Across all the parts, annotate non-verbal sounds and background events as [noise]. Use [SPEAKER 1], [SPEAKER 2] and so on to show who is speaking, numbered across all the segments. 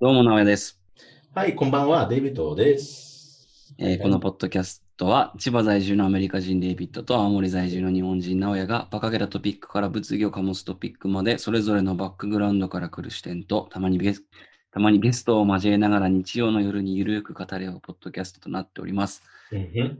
[SPEAKER 1] どうも、直哉です、
[SPEAKER 2] はい、こんばんは、デイビッドです。
[SPEAKER 1] えーこのポッドキャストは、千葉在住のアメリカ人デイビッドと青森在住の日本人直哉が、バカげたトピックから物議を醸すトピックまで、それぞれのバックグラウンドから来る視点と、たまにゲスたまにゲストを交えながら日曜の夜にゆるく語り合うポッドキャストとなっております。
[SPEAKER 2] うん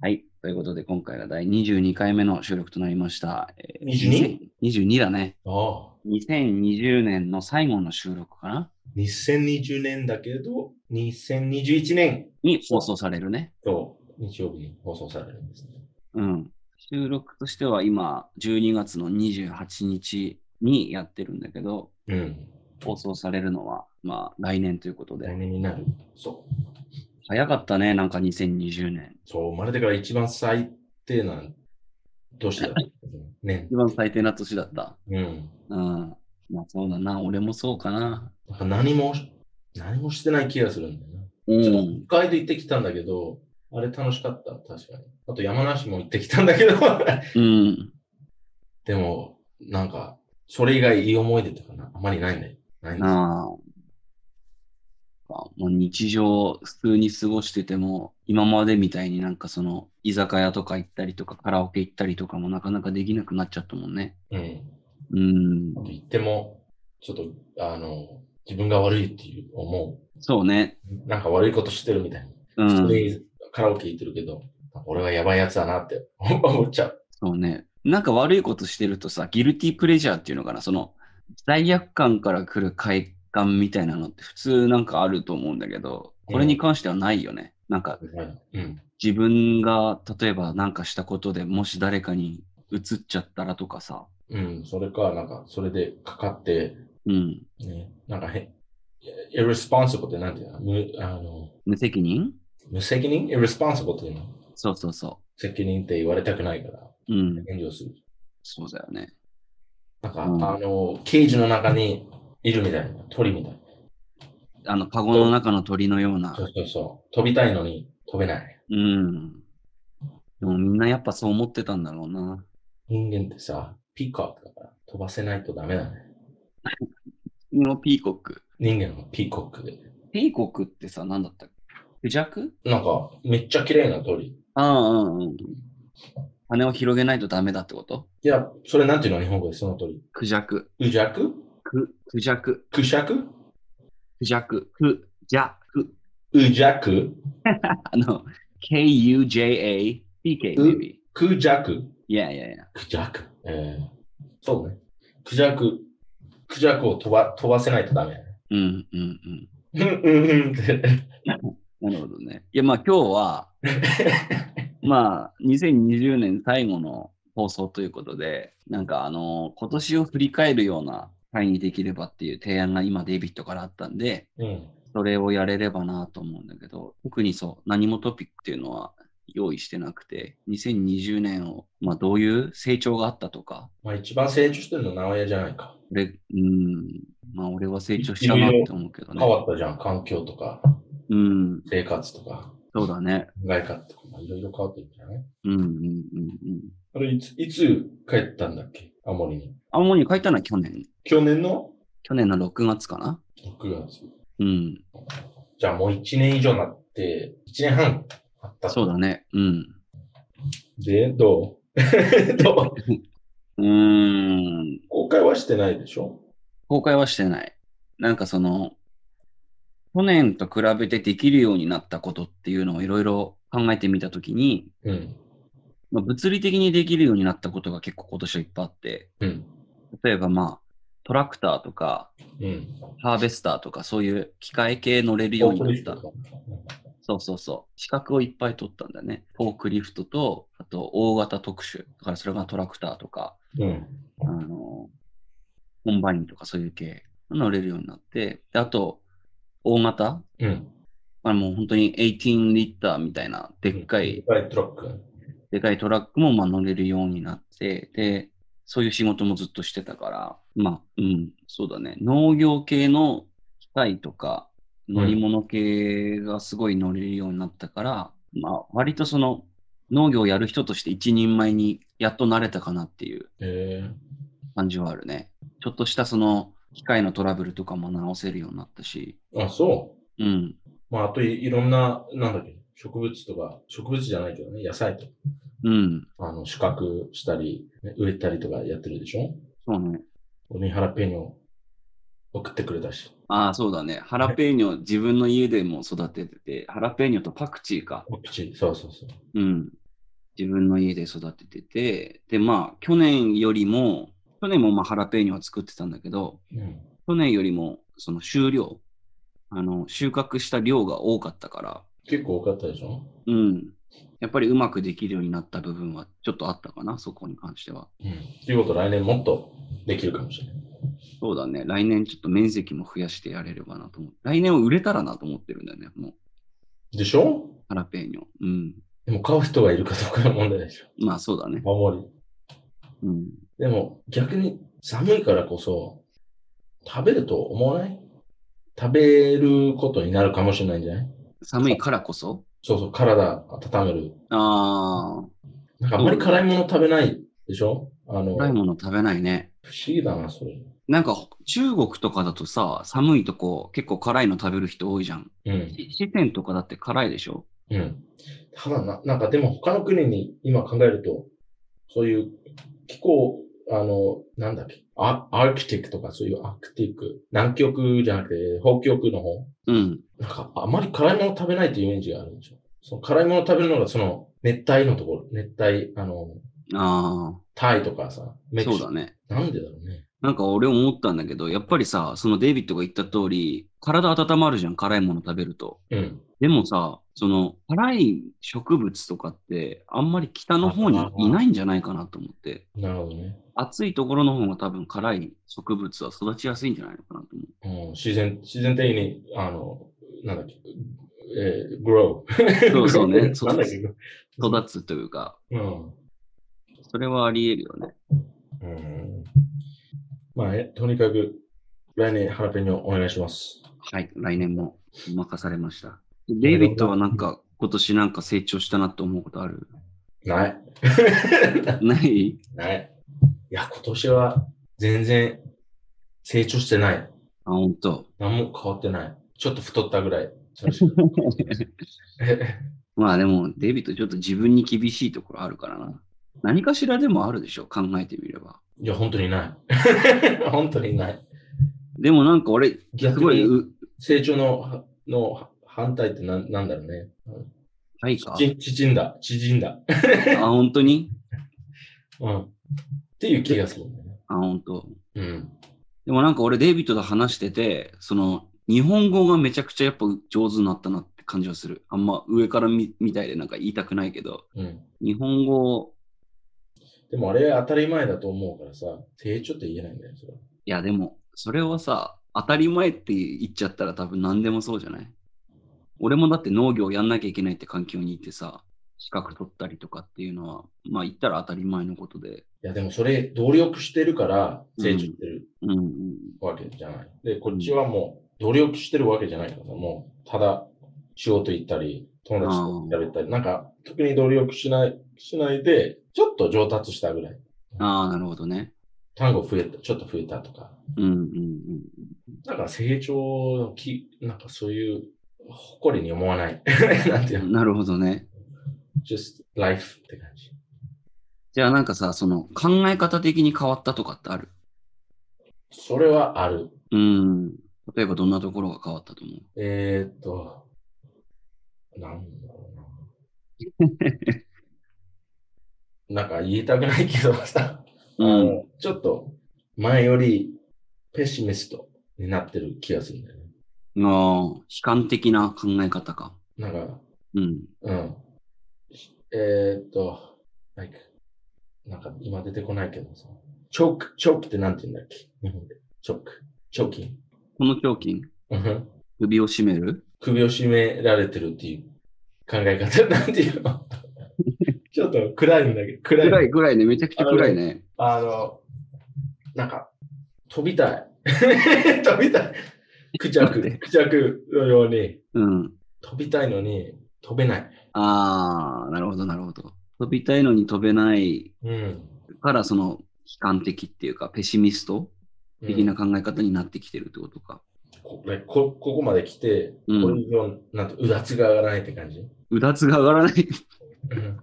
[SPEAKER 1] はい。ということで、今回が第22回目の収録となりました。えー
[SPEAKER 2] 22?
[SPEAKER 1] 22だね。
[SPEAKER 2] うん、ああ、
[SPEAKER 1] 2020年の最後の収録かな
[SPEAKER 2] 2020年だけど、2021年
[SPEAKER 1] に放送されるね。
[SPEAKER 2] と日曜日に放送されるんですね。
[SPEAKER 1] うん。収録としては今、12月の28日にやってるんだけど、
[SPEAKER 2] うん。
[SPEAKER 1] 放送されるのは、まあ、来年ということ
[SPEAKER 2] 来
[SPEAKER 1] で。
[SPEAKER 2] 年になる。そう。
[SPEAKER 1] 早かったね、なんか2020年。
[SPEAKER 2] そう、生まれてから一番最低な年だった。ね
[SPEAKER 1] 一。番最低な年だった。
[SPEAKER 2] うん。
[SPEAKER 1] うん。まあ、そうだな。俺もそうかな。
[SPEAKER 2] なんか何も、何もしてない気がするんだよな。
[SPEAKER 1] う
[SPEAKER 2] ちょっと
[SPEAKER 1] ん。
[SPEAKER 2] 北海道行ってきたんだけど、あれ楽しかった、確かに。あと山梨も行ってきたんだけど、
[SPEAKER 1] うん。
[SPEAKER 2] でも、なんか、それ以外いい思い出とかな、あまりないね。ないんです
[SPEAKER 1] なあ。もう日常普通に過ごしてても今までみたいになんかその居酒屋とか行ったりとかカラオケ行ったりとかもなかなかできなくなっちゃったもんね。
[SPEAKER 2] うん。
[SPEAKER 1] うん
[SPEAKER 2] あと言っても、ちょっと、あの、自分が悪いっていう思
[SPEAKER 1] そうね。
[SPEAKER 2] う。なんか悪いことしてるみたいな。
[SPEAKER 1] う
[SPEAKER 2] 普通
[SPEAKER 1] ん。
[SPEAKER 2] にカラオケ行ってるけど、俺はやばいやつだなって思っちゃう。
[SPEAKER 1] そうね。なんか悪いことしてるとさ、ギルティープレジャーっていうのかな、その罪悪感から来る快感みたいなのって普通なんかあると思うんだけど、これに関してはないよね。なんか
[SPEAKER 2] うん。
[SPEAKER 1] 自分が例えばなんかしたことでもし誰かに移っちゃったらとかさ、
[SPEAKER 2] うん。それか、なんか、それでかかって、
[SPEAKER 1] うん、
[SPEAKER 2] ね、なんか変、irresponsible ってなんていうの無あの
[SPEAKER 1] 無責任
[SPEAKER 2] 無責任 ?irresponsible っていうの
[SPEAKER 1] そうそうそ
[SPEAKER 2] 責任って言われたくないから、
[SPEAKER 1] う。うん、
[SPEAKER 2] 炎上する。
[SPEAKER 1] そうだよね。
[SPEAKER 2] なんか、
[SPEAKER 1] うん
[SPEAKER 2] あの、ケージの中にいるみたいな、鳥みたいな。
[SPEAKER 1] あの、カゴの中の鳥のような
[SPEAKER 2] そ。うそうそう。飛びたいのに飛べない。
[SPEAKER 1] うん。でもみんなやっぱそう思ってたんだろうな。
[SPEAKER 2] 人間ってさ、ピーコックだから飛ばせないとダメだね。
[SPEAKER 1] 君のピーコック。
[SPEAKER 2] 人間はピーコックで。
[SPEAKER 1] ピーコックってさ、なんだったっけクジャク
[SPEAKER 2] なんか、めっちゃ綺麗な鳥。
[SPEAKER 1] ああ、うんうん。羽を広げないとダメだってこと
[SPEAKER 2] いや、それなんていうの日本語でその鳥。
[SPEAKER 1] クジャク。
[SPEAKER 2] クジャク
[SPEAKER 1] ク、クジャク。
[SPEAKER 2] クシャク
[SPEAKER 1] クジャク。クジャク。
[SPEAKER 2] ウジャク
[SPEAKER 1] あの、K-U-J-A。PK, baby.
[SPEAKER 2] クジャク
[SPEAKER 1] Yeah, yeah, yeah.
[SPEAKER 2] クジャク。えー、そうね。クジャク。クジャクを飛ば飛ばせないとダメだね。
[SPEAKER 1] うん、うん、うん。
[SPEAKER 2] うんうんうんって。
[SPEAKER 1] なるほどね。いや、まあ今日 [laughs] は、まあ、2020年最後の放送ということで、なんかあの、今年を振り返るような会にできればっていう提案が今デイビッドからあったんで、
[SPEAKER 2] うん。
[SPEAKER 1] それをやれればなと思うんだけど、特にそう、何もトピックっていうのは用意してなくて、2020年を、まあ、どういう成長があったとか、
[SPEAKER 2] まあ一番成長してるのは直江じゃないか。
[SPEAKER 1] 俺、うん、まあ、俺は成長したなって思うけど
[SPEAKER 2] 変
[SPEAKER 1] ね。
[SPEAKER 2] わったじゃん。環境とか、
[SPEAKER 1] うん、
[SPEAKER 2] 生活とか、
[SPEAKER 1] そうだね。
[SPEAKER 2] 考え方とか、まあいろいろ変わってるんじゃない
[SPEAKER 1] うん、うん、うん、うん。
[SPEAKER 2] あれ、いつ、いつ帰ったんだっけ青森に。
[SPEAKER 1] 青森に帰ったのは去年、
[SPEAKER 2] 去年の
[SPEAKER 1] 去年の6月かな。
[SPEAKER 2] 6月。
[SPEAKER 1] うん、
[SPEAKER 2] じゃあもう1年以上になって、1年半あった。
[SPEAKER 1] そうだね。うん。
[SPEAKER 2] で、どう [laughs] ど
[SPEAKER 1] う
[SPEAKER 2] う
[SPEAKER 1] ーん、
[SPEAKER 2] 公開はしてないでしょ
[SPEAKER 1] 公開はしてない。なんかその、去年と比べてできるようになったことっていうのをいろいろ考えてみたときに、
[SPEAKER 2] うん。
[SPEAKER 1] まあ、物理的にできるようになったことが結構今年はいっぱいあって、
[SPEAKER 2] うん。
[SPEAKER 1] 例えばまあ、トラクターとか、
[SPEAKER 2] うん。
[SPEAKER 1] ハーベスターとか、そういう機械系乗れるよう
[SPEAKER 2] 大
[SPEAKER 1] に
[SPEAKER 2] 鳥
[SPEAKER 1] な
[SPEAKER 2] と
[SPEAKER 1] った。
[SPEAKER 2] か
[SPEAKER 1] そうそうそう。資格をいっぱい取ったんだね。フォークリフトと、あと大型特殊。だからそれがトラクターとか、
[SPEAKER 2] うん。
[SPEAKER 1] あの、コンバインとかそういう系乗れるようになって、であと、大型
[SPEAKER 2] うん。
[SPEAKER 1] あもう本当に18リッターみたいな、でっか
[SPEAKER 2] でっ
[SPEAKER 1] い、
[SPEAKER 2] かいトラック。
[SPEAKER 1] でかいトラックもまあ乗れるようになって、で、そういう仕事もずっとしてたから、まあ、うん、そうだね。農業系の機械とか、乗り物系がすごい乗れるようになったから、まあ、割とその、農業をやる人として一人前にやっと慣れたかなっていう
[SPEAKER 2] え
[SPEAKER 1] 感じはあるね。ちょっとしたその、機械のトラブルとかも直せるようになったし、
[SPEAKER 2] あ、そ
[SPEAKER 1] うん、
[SPEAKER 2] う。まあ、あといいろんな、なんだっけ、植物とか、植物じゃないけどね、野菜とか、
[SPEAKER 1] うん、
[SPEAKER 2] あの、収穫したり、ね植えたりとかやってるでしょ
[SPEAKER 1] そうね。
[SPEAKER 2] 鬼原ペーニョ送ってくれたし。
[SPEAKER 1] ああ、そうだね。ハラペーニョ、自分の家でも育ててて、ハラペーニョとパクチーか。
[SPEAKER 2] パクチー、そうそうそう。
[SPEAKER 1] うん。自分の家で育ててて、で、まあ、去年よりも、去年もまあハラペーニョは作ってたんだけど、
[SPEAKER 2] うん。
[SPEAKER 1] 去年よりも、その収量、あの、収穫した量が多かったから、
[SPEAKER 2] 結構多かったでしょ
[SPEAKER 1] うん。やっぱりうまくできるようになった部分はちょっとあったかな、そこに関しては。
[SPEAKER 2] うん。ということ、来年もっとできるかもしれない。
[SPEAKER 1] そうだね、来年ちょっと面積も増やしてやれればなと思って、来年は売れたらなと思ってるんだよね、もう、
[SPEAKER 2] でしょ
[SPEAKER 1] ハラペーニョ。うん。
[SPEAKER 2] でも買う人がいるかどうかの問題でしょ。
[SPEAKER 1] まあそうだね。
[SPEAKER 2] 守り。
[SPEAKER 1] うん。
[SPEAKER 2] でも逆に寒いからこそ、食べると思わない食べることになるかもしれないんじゃない
[SPEAKER 1] 寒いからこそ
[SPEAKER 2] そうそう、体温める。
[SPEAKER 1] ああ、
[SPEAKER 2] なんかあんまり辛いもの食べないでしょあの、不
[SPEAKER 1] 辛い
[SPEAKER 2] 思
[SPEAKER 1] もの食べないね。
[SPEAKER 2] 議だな、それ。
[SPEAKER 1] なんか中国とかだとさ、寒いとこ結構辛いの食べる人多いじゃん。
[SPEAKER 2] うん。
[SPEAKER 1] し四川とかだって辛いでしょ
[SPEAKER 2] うん。ただな、なんかでも他の国に今考えると、そういう気候、あの、なんだっけ、アアークティックとかそういうアクティック、南極じゃなくて北極の方、
[SPEAKER 1] うん。
[SPEAKER 2] なんかあまり辛いもの食べないっていうイメージがあるんでしょ。その辛いもの食べるのがその熱帯のところ、熱帯、あの、
[SPEAKER 1] あ
[SPEAKER 2] タイとかさ、
[SPEAKER 1] あ、
[SPEAKER 2] メキ
[SPEAKER 1] そう
[SPEAKER 2] シ
[SPEAKER 1] だ
[SPEAKER 2] コ。
[SPEAKER 1] ね。
[SPEAKER 2] なんでだろうね。
[SPEAKER 1] なんか俺思ったんだけど、やっぱりさ、そのデイビッドが言った通り、体温まるじゃん、辛いもの食べると。
[SPEAKER 2] うん。
[SPEAKER 1] でもさ、その辛い植物とかって、あんまり北の方にいないんじゃないかなと思って、
[SPEAKER 2] なるほどね。
[SPEAKER 1] 暑いところの方が多分辛い植物は育ちやすいんじゃないのかなと思う。
[SPEAKER 2] うん、自然、自然的に、あの、なんだっけ、えー、グロ [laughs] ー。
[SPEAKER 1] そうそうね
[SPEAKER 2] なんだっけ、
[SPEAKER 1] 育つというか、
[SPEAKER 2] うん。
[SPEAKER 1] それはあり得るよね。
[SPEAKER 2] うんまあ、えとにかく、来年、ハラペーニョお願いします。
[SPEAKER 1] はい、来年も任されました。デイビッドはなんか、今年なんか成長したなと思うことある [laughs]
[SPEAKER 2] ない。
[SPEAKER 1] ない
[SPEAKER 2] ない。いや、今年は全然成長してない。
[SPEAKER 1] あ、ほんと。
[SPEAKER 2] 何も変わってない。ちょっと太ったぐ
[SPEAKER 1] [laughs]
[SPEAKER 2] らい。それしかえ
[SPEAKER 1] まあでも、デイビッドちょっと自分に厳しいところあるからな。何かしらでもあるでしょ、考えてみれば。
[SPEAKER 2] いや、本当に
[SPEAKER 1] [laughs]
[SPEAKER 2] ない。本当にない。
[SPEAKER 1] でもなんか俺、す
[SPEAKER 2] 逆
[SPEAKER 1] ごい、
[SPEAKER 2] に
[SPEAKER 1] う、
[SPEAKER 2] 成長の、の反対ってなんなんだろうね。
[SPEAKER 1] はいか。
[SPEAKER 2] 縮縮んだ。縮んだ。
[SPEAKER 1] あ、本当に
[SPEAKER 2] うん。っていう気がするんだよね。
[SPEAKER 1] あ、本当。
[SPEAKER 2] うん。
[SPEAKER 1] でもなんか俺、デイビッドと話してて、その、日本語がめちゃくちゃやっぱ上手になったなって感じはする。あんま上からみみたいでなんか言いたくないけど、
[SPEAKER 2] うん。
[SPEAKER 1] 日本語、
[SPEAKER 2] でもあれ当たり前だと思うからさ、成長って言えないんだよ、それは。
[SPEAKER 1] いやでも、それをさ、当たり前って言っちゃったら多分何でもそうじゃない俺もだって農業やんなきゃいけないって環境にいてさ、資格取ったりとかっていうのは、まあ言ったら当たり前のことで。
[SPEAKER 2] いや、でもそれ、努力してるから、成長してる
[SPEAKER 1] うんうん、
[SPEAKER 2] わけじゃない。で、こっちはもう、努力してるわけじゃないからさ、もう、ただ、仕事行ったり、友達と喋ったり、なんか、特に努力しない、しないで、ちょっと上達したぐらい。
[SPEAKER 1] ああ、なるほどね。
[SPEAKER 2] 単語増えた、ちょっと増えたとか。
[SPEAKER 1] うんうんうん。
[SPEAKER 2] だから成長のき、なんかそういう、誇りに思わない。 [laughs] なんていうの
[SPEAKER 1] なるほどね。
[SPEAKER 2] just life って感じ。
[SPEAKER 1] じゃあなんかさ、その考え方的に変わったとかってある
[SPEAKER 2] それはある。
[SPEAKER 1] うん。例えばどんなところが変わったと思う
[SPEAKER 2] えー、っと、なんだろ
[SPEAKER 1] [laughs]
[SPEAKER 2] うな。なんか言いたくないけどさ、あ
[SPEAKER 1] う
[SPEAKER 2] の
[SPEAKER 1] ん。
[SPEAKER 2] ちょっと前よりペシミストになってる気がするんだよね。
[SPEAKER 1] ああ、悲観的な考え方か。
[SPEAKER 2] なんか、
[SPEAKER 1] うん。
[SPEAKER 2] うん。えー、っと、なんか、なんか今出てこないけどさ、チョーク、チョークってなんて言うんだっけ日本で。チョーク。チョーキン
[SPEAKER 1] この胸筋、
[SPEAKER 2] うんふん。
[SPEAKER 1] 首を絞める
[SPEAKER 2] 首を絞められてるっていう考え方なんていうの [laughs] ちょっと暗いんだけど、暗い。
[SPEAKER 1] 暗い暗いね。めちゃくちゃ暗いね。
[SPEAKER 2] あの、なんか、飛びたい。 [laughs] 飛びたい。クジャ
[SPEAKER 1] 待って
[SPEAKER 2] ク、クジャクのように、
[SPEAKER 1] うん。
[SPEAKER 2] 飛びたいのに飛べない。
[SPEAKER 1] ああ、なるほど、なるほど。飛びたいのに飛べない
[SPEAKER 2] うん。
[SPEAKER 1] から、その、悲観的っていうか、ペシミスト的な考え方になってきてるってことか。
[SPEAKER 2] こねこここまで来て、
[SPEAKER 1] うん
[SPEAKER 2] こういうような、なんて、うだつが上がらないって感じ。 [laughs]
[SPEAKER 1] うだつが上がらない。 [laughs]
[SPEAKER 2] うん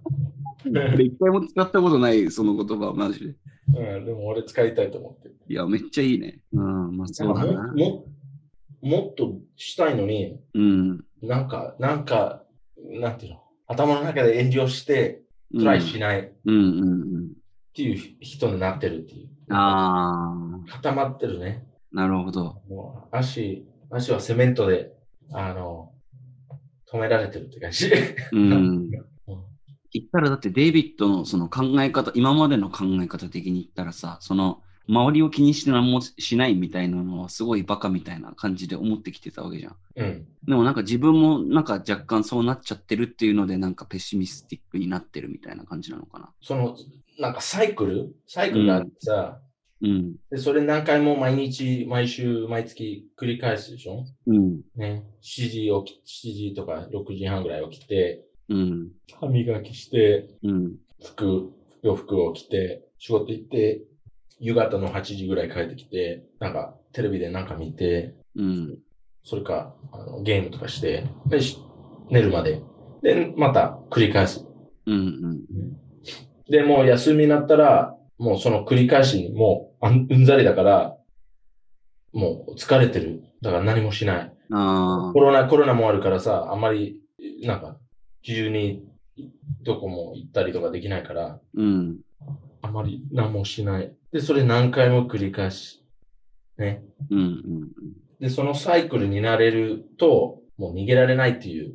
[SPEAKER 1] 俺一回も使ったことない、その言葉、マジで。
[SPEAKER 2] うん、でも俺使いたいと思ってる。
[SPEAKER 1] いや、めっちゃいいね。うん、まあそうだな。
[SPEAKER 2] もももっとしたいのに、
[SPEAKER 1] うん。
[SPEAKER 2] なんか、なんか、なんていうの、頭の中で遠慮して、
[SPEAKER 1] うん
[SPEAKER 2] トライしないっ
[SPEAKER 1] うんうん
[SPEAKER 2] ていう人になってるっていう
[SPEAKER 1] うん。。あ
[SPEAKER 2] 固まってるね。
[SPEAKER 1] あ、なるほど。
[SPEAKER 2] もう足、足はセメントで、あの、止められてるって感じ。
[SPEAKER 1] [laughs]
[SPEAKER 2] [laughs]
[SPEAKER 1] うん。言ったらだってデイビッドのその考え方、今までの考え方的に言ったらさ、その周りを気にして何もしないみたいなのはすごいバカみたいな感じで思ってきてたわけじゃん。
[SPEAKER 2] うん。
[SPEAKER 1] でもなんか自分もなんか若干そうなっちゃってるっていうのでなんかペシミスティックになってるみたいな感じなのかな。
[SPEAKER 2] その、なんかサイクルサイクルがあってさ、
[SPEAKER 1] うん。
[SPEAKER 2] で、それ何回も毎日、毎週、毎月繰り返すでしょ
[SPEAKER 1] うん。
[SPEAKER 2] ね。7時起き、7時とか6時半ぐらい起きて、
[SPEAKER 1] うん。
[SPEAKER 2] 歯磨きして、
[SPEAKER 1] うん。
[SPEAKER 2] 服、洋服を着て、仕事行って、夕方の8時ぐらい帰ってきて、なんかテレビでなんか見て、
[SPEAKER 1] うん。
[SPEAKER 2] それか、あのゲームとかして、でし寝るまで。で、また繰り返す。
[SPEAKER 1] うん。
[SPEAKER 2] で、もう休みになったら、もうその繰り返しにもうあんうんざりだから、もう疲れてる。だから何もしない。
[SPEAKER 1] うん。あ
[SPEAKER 2] コロナ、コロナもあるからさ、あんまり、なんか、自由にどこも行ったりとかできないから、
[SPEAKER 1] ーうん。
[SPEAKER 2] あまり何もしない。で、それ何回も繰り返し。ね。
[SPEAKER 1] うん。うん。
[SPEAKER 2] で、そのサイクルになれると、もう逃げられないっていう、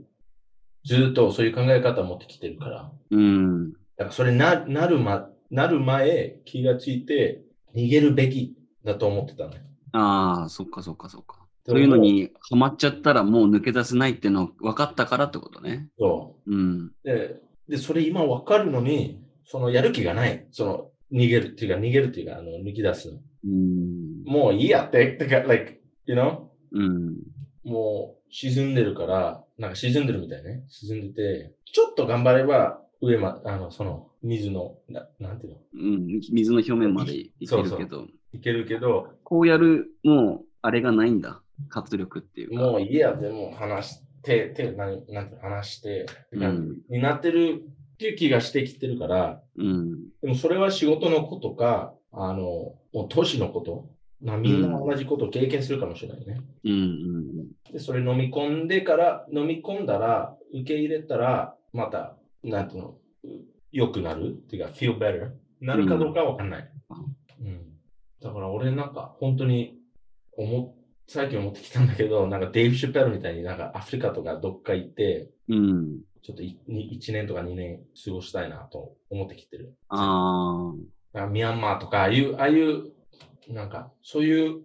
[SPEAKER 2] ずーっとそういう考え方を持ってきてるから。
[SPEAKER 1] うん。
[SPEAKER 2] だからそれな、なるま、なる前、気がついて、逃げるべきだと思ってたね。
[SPEAKER 1] ああ、そっかそっかそっか。そういうのにハマっちゃったらもう抜け出せないっての分かったからってことね。
[SPEAKER 2] そ
[SPEAKER 1] うん。
[SPEAKER 2] う。で、で、それ今わかるのに、そのやる気がない。その、逃げるっていうか、逃げるっていうか、あの、抜き出す。
[SPEAKER 1] うん。
[SPEAKER 2] もういいやって、 [laughs] てか、like, you know?
[SPEAKER 1] うん。
[SPEAKER 2] もう沈んでるから、なんか沈んでるみたいね。沈んでて、ちょっと頑張れば、上ま、あの、その、水の、ななんていうの
[SPEAKER 1] うん。水の表面までいけるけど、
[SPEAKER 2] いけるけど、
[SPEAKER 1] こうやる、もう、あれがないんだ。活力っていうか。
[SPEAKER 2] もういいや、でも話して、手、何、なんていうの話して、
[SPEAKER 1] うん
[SPEAKER 2] になってるっていう気がしてきてるから、
[SPEAKER 1] うん。
[SPEAKER 2] でもそれは仕事のことか、あの、もう都市のこと、まあみんな同じことを経験するかもしれないね。
[SPEAKER 1] うん。うん。
[SPEAKER 2] で、それ飲み込んでから、飲み込んだら、受け入れたら、また、なんていうの、う良くなるっていうか、feel better。なるかどうかはわかんない。うん。だから俺なんか、本当に、思っ、最近思ってきたんだけど、なんかデイブ・シュペルみたいになんかアフリカとかどっか行って、
[SPEAKER 1] うん。
[SPEAKER 2] ちょっと1年とか2年過ごしたいなと思ってきてる。
[SPEAKER 1] ああ。
[SPEAKER 2] だからミャンマーとか、ああいう、ああいう、なんか、そういう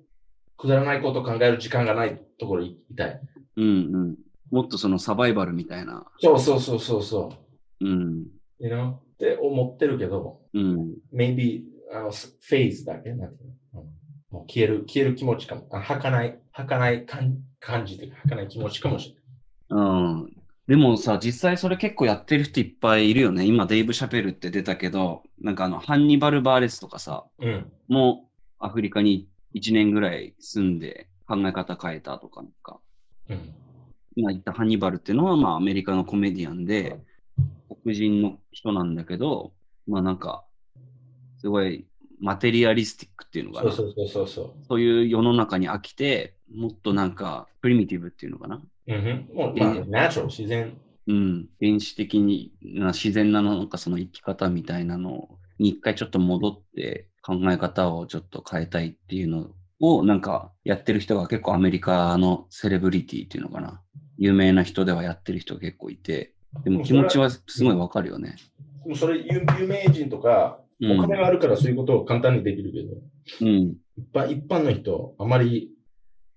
[SPEAKER 2] くだらないことを考える時間がないところにいたい。
[SPEAKER 1] うんうん。もっとそのサバイバルみたいな。
[SPEAKER 2] そうそうそうそうそう。
[SPEAKER 1] うん。
[SPEAKER 2] you know? って思ってるけど、
[SPEAKER 1] うん。
[SPEAKER 2] maybe あのフェーズだけなんていうの、うんもう消える、消える気持ちかも。あ吐かない、吐かない感感じというか、吐かない気持ちかもしれない。
[SPEAKER 1] うん。でもさ、実際それ結構やってる人いっぱいいるよね。今、デイブ・シャペルって出たけど、なんかあの、ハンニバル・バーレスとかさ、
[SPEAKER 2] うん。
[SPEAKER 1] もうアフリカに1年ぐらい住んで考え方変えたとか、なんか、
[SPEAKER 2] うん。
[SPEAKER 1] 今言ったハンニバルっていうのは、まあ、アメリカのコメディアンで、黒人の人なんだけど、まあなんか、すごい、マテリアリスティックっていうのか
[SPEAKER 2] そ
[SPEAKER 1] な。
[SPEAKER 2] うそうそうそうそ
[SPEAKER 1] そういう世の中に飽きて、もっとなんか、プリミティブっていうのかな。
[SPEAKER 2] う。うんふん。もう、まあ、
[SPEAKER 1] うん
[SPEAKER 2] ナチュラル、自然。
[SPEAKER 1] うん、原始的にな自然ななんかその生き方みたいなのに一回ちょっと戻って考え方をちょっと変えたいっていうのをなんかやってる人が結構アメリカのセレブリティっていうのかな有名な人ではやってる人が結構いてでも気持ちはすごいわかるよね。
[SPEAKER 2] もうそれ、有有名人とか、
[SPEAKER 1] う
[SPEAKER 2] お
[SPEAKER 1] ん
[SPEAKER 2] 金があるからそういうことを簡単にできるけど、
[SPEAKER 1] うん
[SPEAKER 2] 一般一般の人、あまり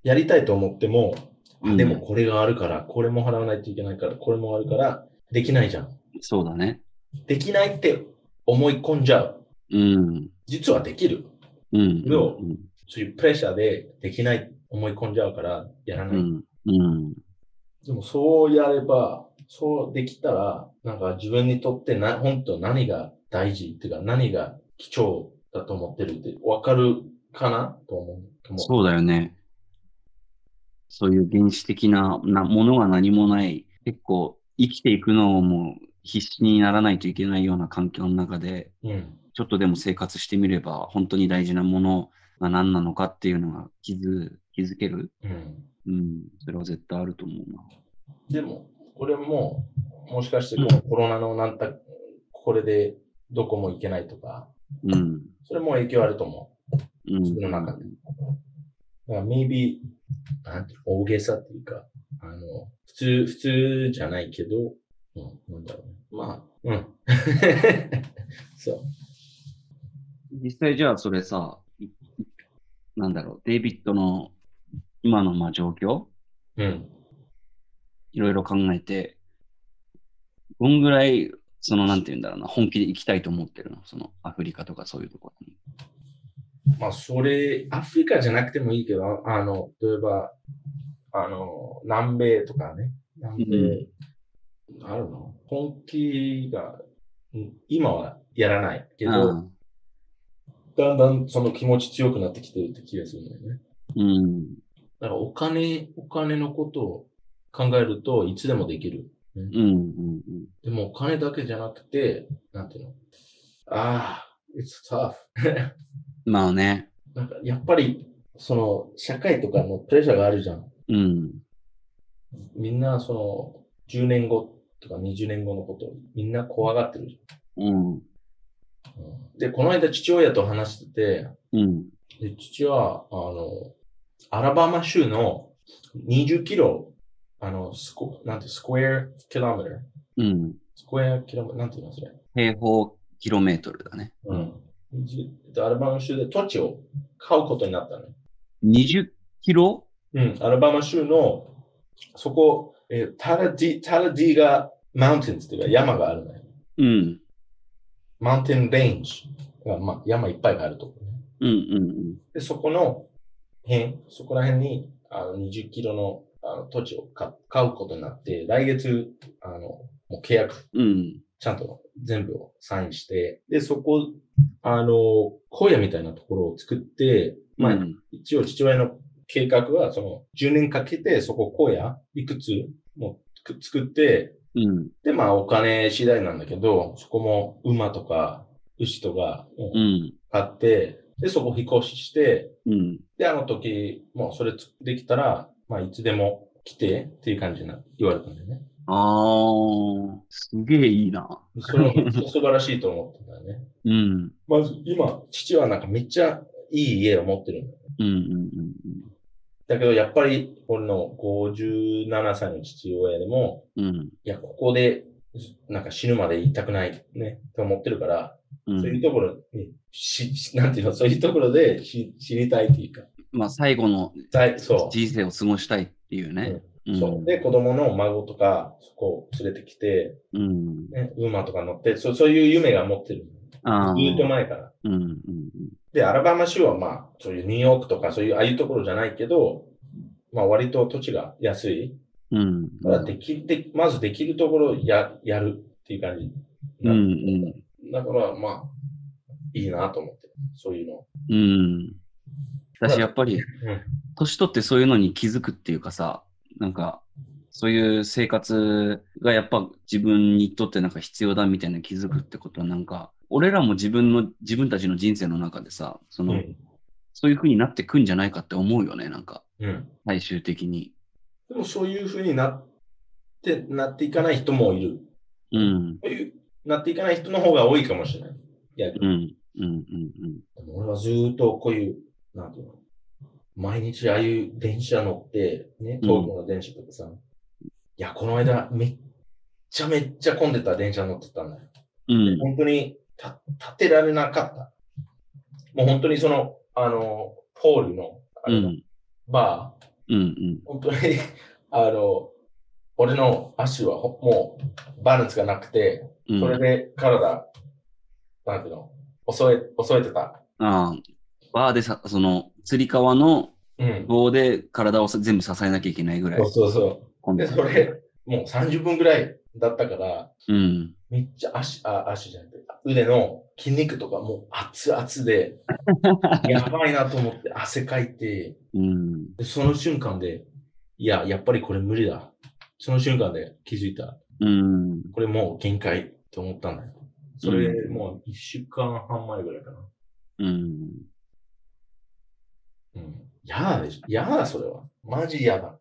[SPEAKER 2] やりたいと思っても、あ
[SPEAKER 1] うん
[SPEAKER 2] でもこれがあるから、これも払わないといけないから、これもあるから、できないじゃん。
[SPEAKER 1] そうだね。
[SPEAKER 2] できないって思い込んじゃう。
[SPEAKER 1] うん
[SPEAKER 2] 実はできる。
[SPEAKER 1] うん
[SPEAKER 2] ど
[SPEAKER 1] うん
[SPEAKER 2] そういうプレッシャーでできない思い込んじゃうからや
[SPEAKER 1] う
[SPEAKER 2] らない。
[SPEAKER 1] んうん
[SPEAKER 2] でもそうやれば、そうできたら、なんか自分にとってな、本当何が大事っていうか何が貴重だと思ってるって分かるかなと思う。と思う
[SPEAKER 1] そうだよね。そういう原始的ななものが何もない、結構生きていくのをもう必死にならないといけないような環境の中で、
[SPEAKER 2] うん。
[SPEAKER 1] ちょっとでも生活してみれば、本当に大事なものが何なのかっていうのが気づ気づける。
[SPEAKER 2] うん。
[SPEAKER 1] うん、それは絶対あると思うな。
[SPEAKER 2] でも、これも、もしかしてこのコロナのなんた、これでどこも行けないとか、
[SPEAKER 1] うん。
[SPEAKER 2] それも影響あると思
[SPEAKER 1] うん、
[SPEAKER 2] 自分の中でう。だから、maybe、なんていう大げさっていうか、あの、普通、普通じゃないけど、うん、なんだろうね。まあ、うん。 [laughs] そう。
[SPEAKER 1] 実際じゃあそれさ、いいなんだろう、デイビッドの今のまあ状況、
[SPEAKER 2] うん。
[SPEAKER 1] いろいろ考えて、どんぐらい、その、なんて言うんだろうな、本気で行きたいと思ってるのその、アフリカとかそういうところに。
[SPEAKER 2] まあ、それ、アフリカじゃなくてもいいけど、あの、例えば、あの、南米とかね。南米、あるの本気が、うん今はやらないけど、
[SPEAKER 1] うん
[SPEAKER 2] だんだんその気持ち強くなってきてるって気がするんだよね。
[SPEAKER 1] うん。
[SPEAKER 2] だからお金、お金のことを考えるといつでもできる。
[SPEAKER 1] うん。うん。
[SPEAKER 2] でもお金だけじゃなくて、なんていうのああ、it's tough.
[SPEAKER 1] まあね。
[SPEAKER 2] なんかやっぱり、その、社会とかのプレッシャーがあるじゃん。
[SPEAKER 1] うん。
[SPEAKER 2] みんな、その、10年後とか20年後のことをみんな怖がってるじ
[SPEAKER 1] うん。
[SPEAKER 2] ゃん。で、この間父親と話してて、
[SPEAKER 1] うん。
[SPEAKER 2] で父は、あの、アラバマ州の20キロ、あの、スコ、なんて、スクエアキロメーター。
[SPEAKER 1] うん。
[SPEAKER 2] スクエアキロメーター、なんて言うのそれ。
[SPEAKER 1] 平方キロメートルだね。
[SPEAKER 2] うん。でアラバマ州で土地を買うことになったの、ね。
[SPEAKER 1] 20キロ
[SPEAKER 2] うん、アラバマ州の、そこ、えータラディ、タラディが、マウンテンズっていうか山があるのよ。
[SPEAKER 1] うん。
[SPEAKER 2] マウンテンレンジが、まあ、山いっぱいがあるとこね。
[SPEAKER 1] うんうん
[SPEAKER 2] で、そこの辺、そこら辺に、あの、20キロの、あの、土地を買買うことになって、来月、あの、もう契約、
[SPEAKER 1] うん。うん。
[SPEAKER 2] ちゃんと全部をサインして、で、そこ、あの、荒野みたいなところを作って、まあ、
[SPEAKER 1] うん
[SPEAKER 2] 一応父親の計画は、その、10年かけて、そこ荒野、いくつもく作って、
[SPEAKER 1] うん。
[SPEAKER 2] で、まあ、お金次第なんだけど、そこも馬とか、牛とか、も
[SPEAKER 1] う
[SPEAKER 2] う
[SPEAKER 1] ん。
[SPEAKER 2] 買って、で、そこ引っ越しして、
[SPEAKER 1] うん。
[SPEAKER 2] で、あの時、もうそれつできたら、まあ、いつでも来てっていう感じな、言われたんだよね。
[SPEAKER 1] ああ、すげえいいな。
[SPEAKER 2] それは素晴らしいと思ったんだよね。
[SPEAKER 1] うん。
[SPEAKER 2] [laughs] まず、今、父はなんかめっちゃいい家を持ってるんだよ。
[SPEAKER 1] うんうんうん
[SPEAKER 2] だけど、やっぱり、俺の57歳の父親でも、
[SPEAKER 1] うん。うん。
[SPEAKER 2] いや、ここで、なんか死ぬまで言いたくないね、と思ってるから、
[SPEAKER 1] うん
[SPEAKER 2] そういうところに、し、しなんていうの、そういうところでし知りたいっていうか、
[SPEAKER 1] まあ、最後の
[SPEAKER 2] だいそう。
[SPEAKER 1] 人生を過ごしたいっていうね。うん
[SPEAKER 2] そう。で、子供の孫とか、そこを連れてきて、
[SPEAKER 1] うん。
[SPEAKER 2] ね、馬とか乗って、そうそういう夢が持ってる。
[SPEAKER 1] ああ。
[SPEAKER 2] ずっと前から。
[SPEAKER 1] うんうんうん。
[SPEAKER 2] で、アラバマ州はまあ、そういうニューヨークとか、そういう、ああいうところじゃないけど、まあ割と土地が安い。
[SPEAKER 1] うん。
[SPEAKER 2] だからでき、で、まずできるところをや、やるっていう感じ。
[SPEAKER 1] うんうん。
[SPEAKER 2] だから、まあ、いいなと思って、そういうの。
[SPEAKER 1] うん。私、やっぱり
[SPEAKER 2] うん、
[SPEAKER 1] 年取ってそういうのに気づくっていうかさ、なんか、そういう生活がやっぱ自分にとってなんか必要だみたいな気づくってことはなんか、俺らも自分の、自分たちの人生の中でさ、その、
[SPEAKER 2] うん。
[SPEAKER 1] そういう風になってくんじゃないかって思うよね、なんか、
[SPEAKER 2] うん。
[SPEAKER 1] 最終的に。
[SPEAKER 2] でもそういうふうになって、なっていかない人もいる。
[SPEAKER 1] うん。
[SPEAKER 2] そういう、なっていかない人の方が多いかもしれない。いや、
[SPEAKER 1] うん。うん。うん。うん。
[SPEAKER 2] でも俺はずーっとこういう、なんていうの、毎日ああいう電車乗って、ね、東京の電車とかさ、いや、この間めっちゃめっちゃ混んでた電車乗ってたんだよ。
[SPEAKER 1] うん。
[SPEAKER 2] 本当にた立てられなかった。もう本当にその、あの、ポールの、あ
[SPEAKER 1] う
[SPEAKER 2] の、
[SPEAKER 1] ん。
[SPEAKER 2] バ
[SPEAKER 1] う
[SPEAKER 2] ー、
[SPEAKER 1] ん。
[SPEAKER 2] 本当に、 [laughs] あの、俺の足はほもうバランスがなくて、
[SPEAKER 1] うん。
[SPEAKER 2] それで体、なんていうの、襲え、襲えてた。
[SPEAKER 1] ああ、バーでさ、その、釣り革の
[SPEAKER 2] うん。
[SPEAKER 1] 棒で体をさ全部支えなきゃいけないぐらい
[SPEAKER 2] そうそうそう。
[SPEAKER 1] 混ん
[SPEAKER 2] で、
[SPEAKER 1] でた
[SPEAKER 2] それ、もう30分ぐらいだったから、
[SPEAKER 1] うん。
[SPEAKER 2] めっちゃ足、あ、足じゃなくて、腕の筋肉とかもう熱々で、
[SPEAKER 1] [laughs]
[SPEAKER 2] やばいなと思って汗かいて、
[SPEAKER 1] うん。
[SPEAKER 2] でその瞬間で、いや、やっぱりこれ無理だ。その瞬間で気づいた。
[SPEAKER 1] うん。
[SPEAKER 2] これもう限界って思ったんだよ。それ、もう一週間半前ぐらいかな。
[SPEAKER 1] うん。
[SPEAKER 2] うん。やだでしょ。やだ、それは。マジやだ。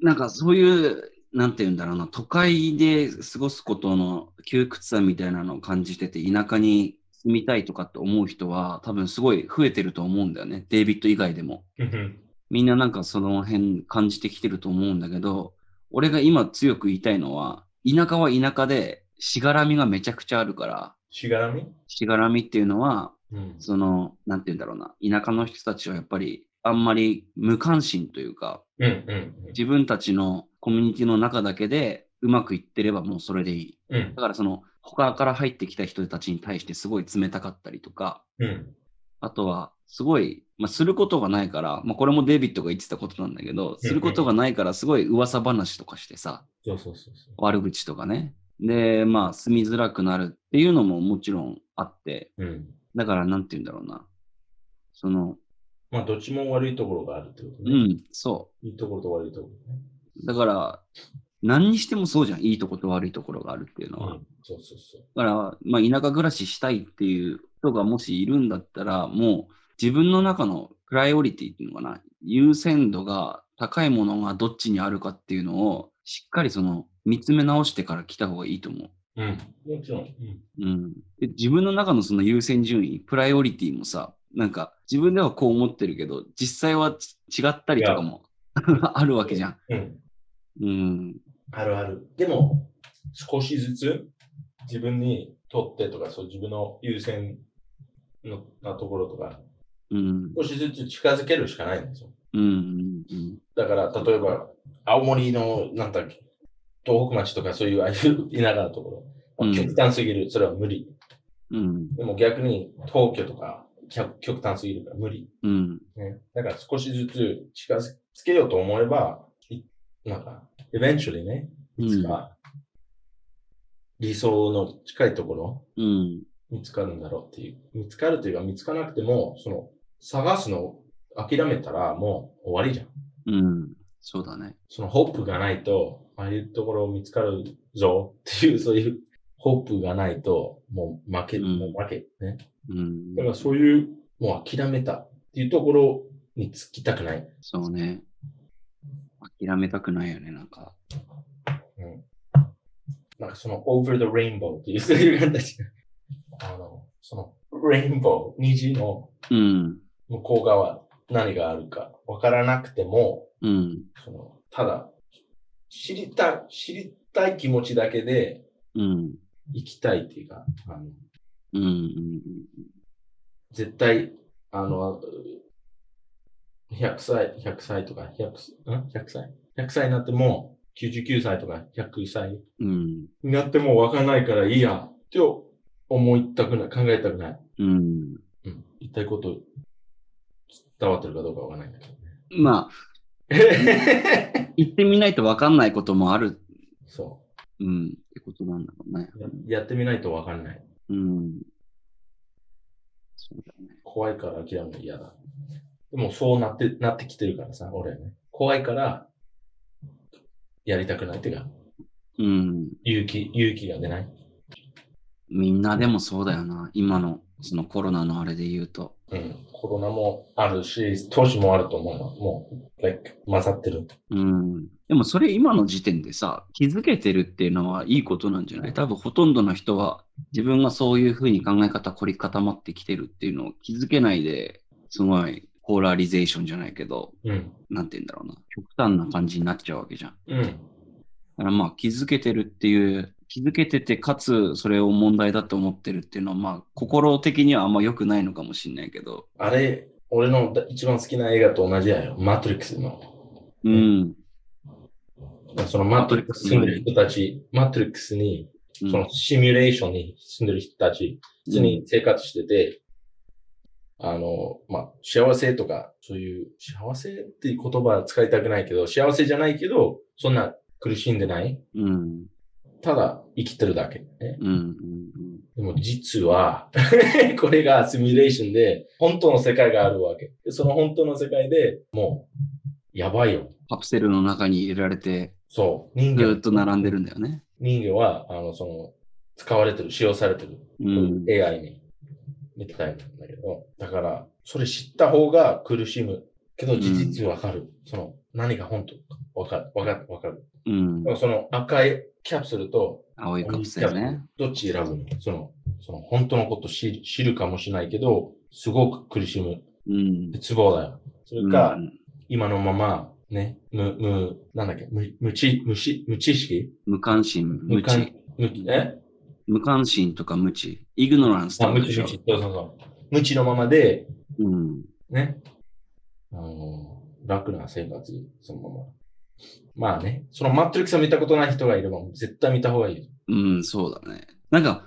[SPEAKER 1] なんかそういう、なんて言うんだろうな、都会で過ごすことの窮屈さみたいなのを感じてて、田舎に住みたいとかって思う人は、多分すごい増えてると思うんだよね。デイビッド以外でも。
[SPEAKER 2] うん。
[SPEAKER 1] みんななんかその辺感じてきてると思うんだけど、俺が今強く言いたいのは、田舎は田舎でしがらみがめちゃくちゃあるから、
[SPEAKER 2] しがらみ
[SPEAKER 1] しがらみっていうのは、
[SPEAKER 2] うん。
[SPEAKER 1] その、なんて言うんだろうな、田舎の人たちはやっぱりあんまり無関心というか、
[SPEAKER 2] うん、うん
[SPEAKER 1] 自分たちのコミュニティの中だけでうまくいってればもうそれでいい。
[SPEAKER 2] うん、うん。
[SPEAKER 1] だからその他から入ってきた人たちに対してすごい冷たかったりとか、
[SPEAKER 2] うん。
[SPEAKER 1] あとはすごい、まあ、することがないから、まあ、これもデイビッドが言ってたことなんだけど、することがないからすごい噂話とかしてさ、
[SPEAKER 2] そうそうそうそ
[SPEAKER 1] 悪口とかね。で、まあ住みづらくなるっていうのももちろんあって、
[SPEAKER 2] う。うん。
[SPEAKER 1] だからなんて言うんだろうな。その、
[SPEAKER 2] まあ、どっちも悪いところがあるってこと
[SPEAKER 1] う
[SPEAKER 2] ね。
[SPEAKER 1] ん、そ
[SPEAKER 2] いいところと悪いとこ
[SPEAKER 1] う。だから、何にしてもそうじゃん。いいとこと悪いところがあるっていうの
[SPEAKER 2] ろ
[SPEAKER 1] は。
[SPEAKER 2] ね。うん。そうそうそう。
[SPEAKER 1] だから、まあ、田舎暮らししたいっていう人がもしいるんだったら、もう自分の中のプライオリティっていうのかな、優先度が高いものがどっちにあるかっていうのを、しっかりその見つめ直してから来た方がいいと思う。
[SPEAKER 2] うん。もちろん。うん。
[SPEAKER 1] うん、で自分の中のその優先順位、プライオリティもさ、なんか自分ではこう思ってるけど、実際はち違ったりとかも [laughs] あるわけじゃん。
[SPEAKER 2] うん。
[SPEAKER 1] うん。
[SPEAKER 2] あるある。でも、少しずつ自分にとってとか、そう、自分の優先のなところとか、
[SPEAKER 1] うん。
[SPEAKER 2] 少しずつ近づけるしかないんですよ。
[SPEAKER 1] うん。うんうん。
[SPEAKER 2] だから、例えば、青森の、なんだっけ、東北町とかそういう、ああいう田舎のところ。
[SPEAKER 1] うん
[SPEAKER 2] 極端すぎる。それは無理。
[SPEAKER 1] うん。
[SPEAKER 2] でも逆に、東京とか、極極端すぎるから無理。
[SPEAKER 1] うん。
[SPEAKER 2] ね。だから少しずつ近づけようと思えば、いなんか、eventually ね、いつか、理想の近いところ、
[SPEAKER 1] うん。
[SPEAKER 2] 見つかるんだろうっていう。見つかるというか、見つかなくても、その、探すのを諦めたら、もう終わりじゃん。
[SPEAKER 1] うん。そうだね。
[SPEAKER 2] そのホップがないと、ああいうところを見つかるぞっていう、そういうホップがないと、もう負け、
[SPEAKER 1] うん
[SPEAKER 2] もう負け、ね。
[SPEAKER 1] うん
[SPEAKER 2] だ。からそういう、もう諦めたっていうところにつきたくない。
[SPEAKER 1] そうね。諦めたくないよね、なんか。
[SPEAKER 2] なんかその over the rainbow っていう、そういう形。あの、その rainbow、虹の
[SPEAKER 1] うん。
[SPEAKER 2] 向こう側、何があるかわからなくても、
[SPEAKER 1] うん。
[SPEAKER 2] その、ただ、知りたい、知りたい気持ちだけで
[SPEAKER 1] うん。
[SPEAKER 2] 生きたいっていうか、あの、
[SPEAKER 1] うん。うん
[SPEAKER 2] 絶対、あの、100歳、100歳とか、100、ん ?100 歳 ?100 歳になっても、99歳とか100歳
[SPEAKER 1] うん。
[SPEAKER 2] になってもわかんないからいいや、って思いたくない、考えたくない。
[SPEAKER 1] うん。
[SPEAKER 2] うん。言いたいこと、伝わってるかどうかわかんないんだけど
[SPEAKER 1] まあ、
[SPEAKER 2] ね。
[SPEAKER 1] 行ってみないと分かんないこともある。
[SPEAKER 2] そ
[SPEAKER 1] うん。ってことなんだろうね。
[SPEAKER 2] う。ややってみないとわかんない。
[SPEAKER 1] うん。そうだね。
[SPEAKER 2] 怖いから諦めるの嫌だ。でもそうなって、なってきてるからさ、俺はね。怖いから、やりたくないっていうか、
[SPEAKER 1] うん。
[SPEAKER 2] 勇気、勇気が出ない。
[SPEAKER 1] みんなでもそうだよな。今の、そのコロナのあれで言うと。
[SPEAKER 2] うん。コロナもあるし、投資もあると思うの。もう、like、混ざってる。
[SPEAKER 1] うん。でもそれ今の時点でさ、気づけてるっていうのはいいことなんじゃない多分ほとんどの人は自分がそういうふうに考え方凝り固まってきてるっていうのを気づけないで、すごいポーラリゼーションじゃないけど、
[SPEAKER 2] うん。
[SPEAKER 1] なんて言うんだろうな、極端な感じになっちゃうわけじゃん。
[SPEAKER 2] うん。
[SPEAKER 1] だからまあ気づけてるっていう、気づけてて、かつそれを問題だと思ってるっていうのは、まあ心的にはあんま良くないのかもしれないけど、
[SPEAKER 2] あれ、俺のだ一番好きな映画と同じだよ。マトリックスの。
[SPEAKER 1] うん、
[SPEAKER 2] そのマトリックスに住んでる人たち、マトリックスに、
[SPEAKER 1] うん
[SPEAKER 2] そのシミュレーションに住んでる人たち、普通に生活してて、あの、まあ、幸せとか、そういう、幸せっていう言葉は使いたくないけど、幸せじゃないけど、そんな苦しんでない
[SPEAKER 1] うん、
[SPEAKER 2] ただ生きてるだけ。ね、
[SPEAKER 1] うんうん
[SPEAKER 2] でも実は、 [laughs] これがシミュレーションで、本当の世界があるわけ。でその本当の世界でもう、やばいよ。
[SPEAKER 1] カプセルの中に入れられて、
[SPEAKER 2] そう。人
[SPEAKER 1] ずー
[SPEAKER 2] 魚
[SPEAKER 1] っ、と並んでるんだよね。
[SPEAKER 2] 人魚は、あの、その、使われてる、使用されてる。
[SPEAKER 1] うん
[SPEAKER 2] AI に、みたいなんだけど、だから、それ知った方が苦しむ。けど、事実わかる。その、何が本当かわかる、わかる、わかる。
[SPEAKER 1] うん
[SPEAKER 2] だか。らその赤いキャプセルと、
[SPEAKER 1] 青いカプセルね。
[SPEAKER 2] どっち選ぶのその、その本当のこと知る知るかもしれないけど、すごく苦しむ。
[SPEAKER 1] うん。
[SPEAKER 2] 絶望だよ。それか、
[SPEAKER 1] うん
[SPEAKER 2] 今のまま、ね、む、む、なんだっけ、む、無知、無知、無知識
[SPEAKER 1] 無関心、無
[SPEAKER 2] 無
[SPEAKER 1] 知
[SPEAKER 2] 知。。無知、え
[SPEAKER 1] 無関心とか無知。イグノランスって
[SPEAKER 2] あ、
[SPEAKER 1] こと
[SPEAKER 2] 無
[SPEAKER 1] で
[SPEAKER 2] 知、
[SPEAKER 1] しょ
[SPEAKER 2] 無知。そうそうそう。無知のままで、
[SPEAKER 1] うん。
[SPEAKER 2] ね。あの、楽な生活、そのまま。まあね、そのマトリックスを見たことない人がいれば、絶対見た方がいい。
[SPEAKER 1] うん、そうだね。なんか、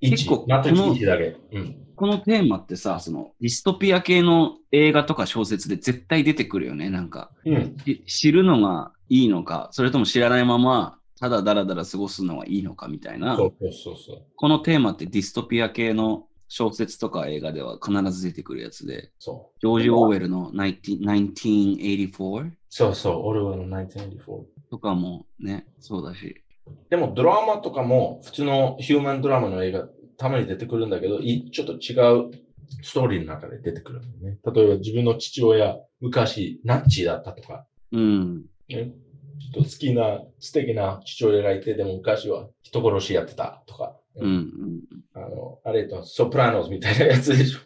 [SPEAKER 1] 結
[SPEAKER 2] 一
[SPEAKER 1] 構
[SPEAKER 2] マトリッ
[SPEAKER 1] こ
[SPEAKER 2] ク
[SPEAKER 1] の
[SPEAKER 2] ス1だけ。うん。
[SPEAKER 1] このテーマってさ、そのディストピア系の映画とか小説で絶対出てくるよね。なんか、
[SPEAKER 2] うん。
[SPEAKER 1] し知るのがいいのか、それとも知らないまま、ただだらだら過ごすのがいいのかみたいな
[SPEAKER 2] そ、うそうそうそう。
[SPEAKER 1] このテーマってディストピア系の小説とか映画では必ず出てくるやつで、
[SPEAKER 2] そう。
[SPEAKER 1] ジョージ・オーウェルの19 1984
[SPEAKER 2] そうそう、俺は1984。
[SPEAKER 1] とかもね、そうだし。
[SPEAKER 2] でもドラマとかも、普通のヒューマンドラマの映画、たまに出てくるんだけど、いちょっと違うストーリーの中で出てくるんだよね。例えば自分の父親、昔、ナッチだったとか、
[SPEAKER 1] うん。
[SPEAKER 2] ね、ちょっと好きな、素敵な父親がいて、でも昔は人殺しやってたとか、
[SPEAKER 1] うん、うん。
[SPEAKER 2] あの、あれとソプラノズみたいなやつでしょ。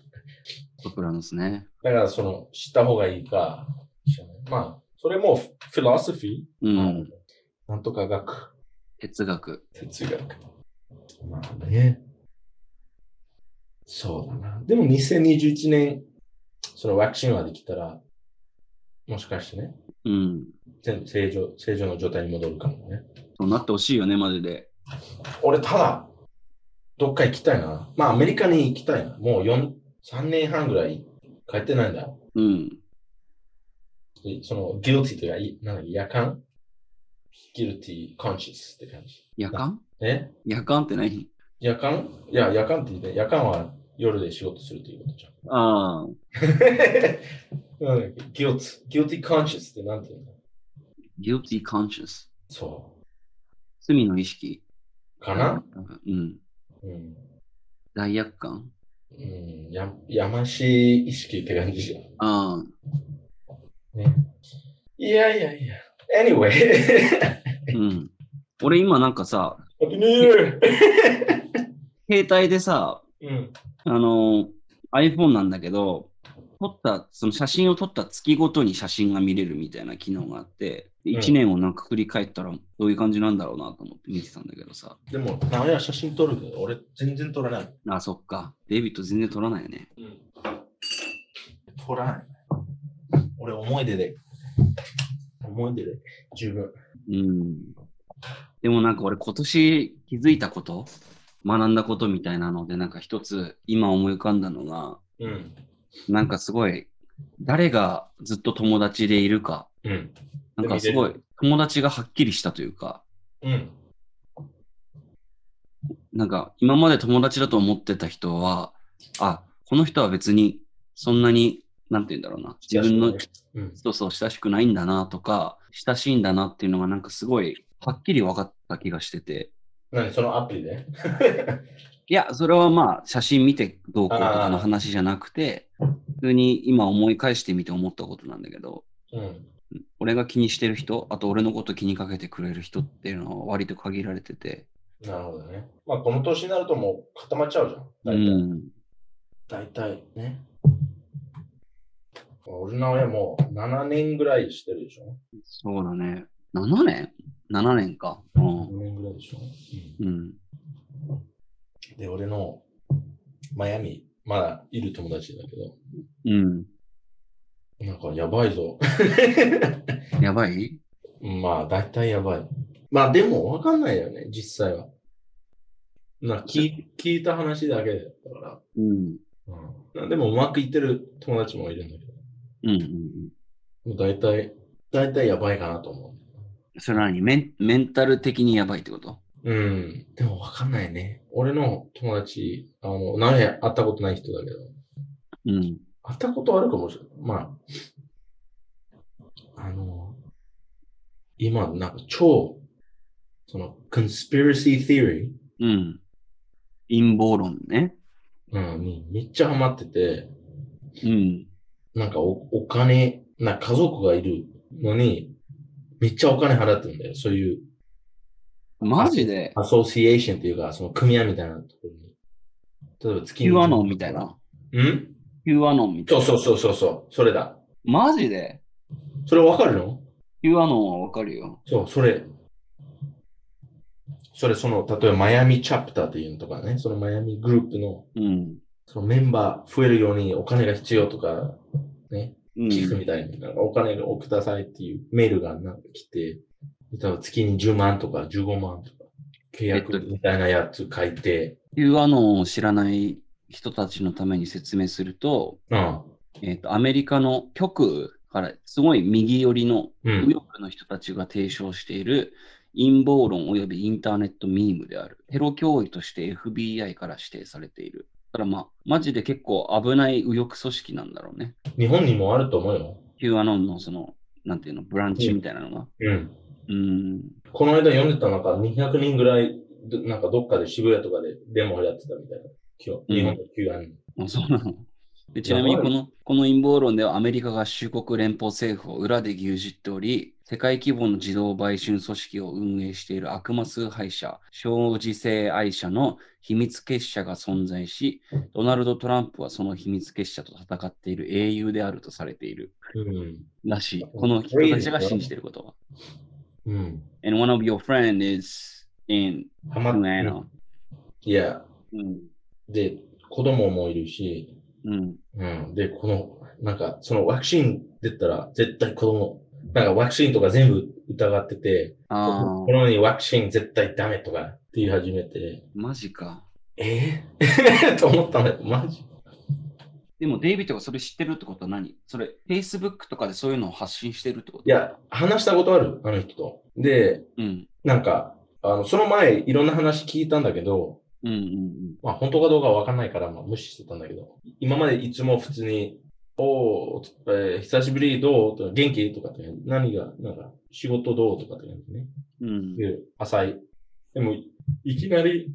[SPEAKER 1] ソプラノスね。
[SPEAKER 2] だからその、知った方がいいか、知らないまあ、それもフィロソフィー、
[SPEAKER 1] うん。
[SPEAKER 2] なんとか学、
[SPEAKER 1] 哲学。
[SPEAKER 2] 哲学。まあね。そうだな。でも2021年、そのワクチンはできたら、もしかしてね、
[SPEAKER 1] うん。
[SPEAKER 2] 全部正常、正常の状態に戻るかもね。
[SPEAKER 1] そうなってほしいよね、マジで。
[SPEAKER 2] 俺、ただ、どっか行きたいな。まあ、アメリカに行きたいな。もう四3年半ぐらい帰ってないんだ。
[SPEAKER 1] うん。
[SPEAKER 2] その、ギルティというか、いなんだっけ、夜間ギルティ、コンシスって感じ。
[SPEAKER 1] 夜間
[SPEAKER 2] え
[SPEAKER 1] 夜間って何
[SPEAKER 2] 夜間いや、夜間って言って、夜間は夜で仕事するということじゃん。
[SPEAKER 1] ああ、
[SPEAKER 2] [laughs] なんだっけ guilt, guilty conscious ってなんて言うんだ
[SPEAKER 1] guilty conscious。
[SPEAKER 2] そ
[SPEAKER 1] 罪の意識。
[SPEAKER 2] う。かな
[SPEAKER 1] うん。
[SPEAKER 2] うん。
[SPEAKER 1] 罪悪感
[SPEAKER 2] うん。や、やましい意識って感じじゃん。
[SPEAKER 1] ああ、
[SPEAKER 2] ね。いやいやいや。Anyway!
[SPEAKER 1] うん。俺今なんかさ、
[SPEAKER 2] Happy New Year!
[SPEAKER 1] 携帯でさ、
[SPEAKER 2] うん。
[SPEAKER 1] あの iPhone なんだけど、撮った、その写真を撮った月ごとに写真が見れるみたいな機能があって、
[SPEAKER 2] ん
[SPEAKER 1] 1年をなんか振り返ったらどういう感じなんだろうなと思って見てたんだけどさ。
[SPEAKER 2] でも、名前は写真撮るけど、俺全然撮らない。
[SPEAKER 1] ああ、そっか。デイビッド全然撮らないよね。
[SPEAKER 2] うん。撮らない。俺思い出で。思い出で。十分。
[SPEAKER 1] うん。でもなんか俺今年気づいたこと、学んだことみたいなので、なんか一つ今思い浮かんだのが、
[SPEAKER 2] うん。
[SPEAKER 1] なんかすごい、誰がずっと友達でいるか、
[SPEAKER 2] うん。
[SPEAKER 1] なんかすごい友達がはっきりしたというか、
[SPEAKER 2] うん。
[SPEAKER 1] なんか今まで友達だと思ってた人は、あ、この人は別にそんなに、なんて言うんだろうな、自分の、
[SPEAKER 2] うん。
[SPEAKER 1] そうそう、親しくないんだなとか、親しいんだなっていうのがなんかすごい、はっきり分かった気がしてて、
[SPEAKER 2] 何そのアプリで
[SPEAKER 1] いや、それはまあ、写真見てどうこうとかの話じゃなくて、普通に今思い返してみて思ったことなんだけど、
[SPEAKER 2] うん。
[SPEAKER 1] 俺が気にしてる人、あと俺のこと気にかけてくれる人っていうのは割と限られてて、
[SPEAKER 2] なるほどね。まあ、この年になるともう固まっちゃうじゃん。
[SPEAKER 1] う
[SPEAKER 2] 大体。
[SPEAKER 1] ん、
[SPEAKER 2] 大体ね。俺の親もう7年ぐらいしてるでしょ
[SPEAKER 1] そうだね。7年 ?7 年か。うん。
[SPEAKER 2] ?7 年ぐらいでしょ、
[SPEAKER 1] うん。
[SPEAKER 2] で、俺のマイアミ、まだいる友達だけど、
[SPEAKER 1] うん。
[SPEAKER 2] なんかやばいぞ。 [laughs]
[SPEAKER 1] やばい
[SPEAKER 2] まあ、大体やばい。まあ、でもわかんないよね、実際は。な聞聞いた話だけだから。
[SPEAKER 1] うん。
[SPEAKER 2] うん、でもうまくいってる友達もいるんだけど、
[SPEAKER 1] うん、うんうん。
[SPEAKER 2] もう大体、大体やばいかなと思う。
[SPEAKER 1] それなにメンメンタル的にやばいってこと
[SPEAKER 2] うん。でもわかんないね。俺の友達、あの、何や会ったことない人だけど、
[SPEAKER 1] うん。
[SPEAKER 2] 会ったことあるかもしれない。まあ、あの、今、なんか超、その、conspiracy theory、
[SPEAKER 1] うん。陰謀論ね。
[SPEAKER 2] うん、にめっちゃハマってて、
[SPEAKER 1] うん。
[SPEAKER 2] なんかおお金、なんか家族がいるのに、めっちゃお金払ってるんだよ。そういう、
[SPEAKER 1] マジで、
[SPEAKER 2] アソシエーションというか、その組合みたいなところに。例えば月
[SPEAKER 1] Q アノンみたいな。
[SPEAKER 2] うん。
[SPEAKER 1] Q アノンみたい
[SPEAKER 2] そう
[SPEAKER 1] な。
[SPEAKER 2] そうそうそうそう。それだ。
[SPEAKER 1] マジで
[SPEAKER 2] それわかるの
[SPEAKER 1] ?Q アノンはわかるよ。
[SPEAKER 2] そう、それ。それ、その、例えばマイアミチャプターというのとかね、そのマイアミグループの、
[SPEAKER 1] うん。
[SPEAKER 2] そのメンバー増えるようにお金が必要とか、
[SPEAKER 1] うん。
[SPEAKER 2] 寄付みたいな、お金をくださいっていうメールがなんか来て、例えば月に10万とか15万とか、契約みたいなやつ書いて、
[SPEAKER 1] Q アノンを知らない人たちのために説明すると、
[SPEAKER 2] うん、
[SPEAKER 1] えっ、と、アメリカの極右からすごい右寄りの
[SPEAKER 2] う
[SPEAKER 1] 右
[SPEAKER 2] ん、
[SPEAKER 1] 翼の人たちが提唱している陰謀論及びインターネットミームである。テロ脅威として FBI から指定されている。だからまあ、マジで結構危ない右翼組織なんだろうね。
[SPEAKER 2] 日本にもあると思うよ。
[SPEAKER 1] Q アノンのその、なんていうの、ブランチみたいなのが。
[SPEAKER 2] うん。
[SPEAKER 1] うん。
[SPEAKER 2] この間読んでたなんか200人ぐらい、どなんかどっかで渋谷とかでデモをやってたみたいな。今日、日本の Q アン。
[SPEAKER 1] あそうなの。でちなみにこのこの陰謀論ではアメリカが州国連邦政府を裏で牛耳っており、世界規模の児童売春組織を運営している悪魔崇拝者、生児性愛者の秘密結社が存在し、ドナルド・トランプはその秘密結社と戦っている英雄であるとされている
[SPEAKER 2] うん。
[SPEAKER 1] らしい。この人たちが信じていることは。
[SPEAKER 2] うん。
[SPEAKER 1] And one of your friend is in
[SPEAKER 2] ハマ
[SPEAKER 1] Atlanta.
[SPEAKER 2] いや、
[SPEAKER 1] うん。
[SPEAKER 2] で、子供もいるし、
[SPEAKER 1] うん。
[SPEAKER 2] うん。で、この、なんか、そのワクチン出たら、絶対子供、なんかワクチンとか全部疑ってて、
[SPEAKER 1] あ
[SPEAKER 2] こ
[SPEAKER 1] あ、
[SPEAKER 2] のにワクチン絶対ダメとかって言い始めて、
[SPEAKER 1] マジか。
[SPEAKER 2] えー、 [laughs] と思ったんだよ。マジ
[SPEAKER 1] でもデイビッドがそれ知ってるってことは何それ、Facebook とかでそういうのを発信してるってこと
[SPEAKER 2] い、や、話したことある、あの人と。で、
[SPEAKER 1] うん。
[SPEAKER 2] なんか、あの、その前、いろんな話聞いたんだけど、
[SPEAKER 1] うんうん
[SPEAKER 2] まあ、本当かどうかわかんないから、まあ、無視してたんだけど、今までいつも普通に、おー、えー久しぶり、どうとか元気とかって、何が、なんか、仕事どうとかってね。
[SPEAKER 1] うん。うん。
[SPEAKER 2] で、浅い。でも、いきなり、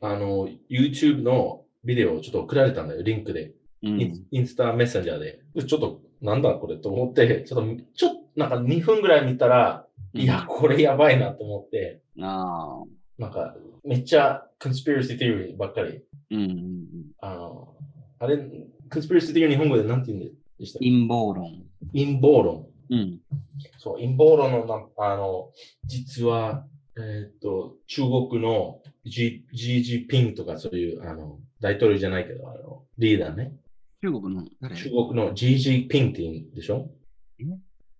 [SPEAKER 2] あの、YouTube のビデオをちょっと送られたんだよ、リンクで。
[SPEAKER 1] う
[SPEAKER 2] イン
[SPEAKER 1] ん、
[SPEAKER 2] インスタメッセンジャーで。ちょっと、なんだこれと思って、ちょっと、ちょっと、なんか2分ぐらい見たら、いや、これやばいなと思って、
[SPEAKER 1] うん。ああ。
[SPEAKER 2] なんか、めっちゃ、conspiracy theory ばっかり。
[SPEAKER 1] うんうんうん。
[SPEAKER 2] あの、あれ、conspiracy theory 日本語でなんて言うんでしたっけ
[SPEAKER 1] 陰謀論。
[SPEAKER 2] 陰謀論。
[SPEAKER 1] うん。
[SPEAKER 2] そう、陰謀論のな、あの、実は、えーっと、中国の G、GG ピンとかそういう、あの、大統領じゃないけど、あの、リーダーね。
[SPEAKER 1] 中国の誰
[SPEAKER 2] 中国の GG ピンって言うんでしょ
[SPEAKER 1] ん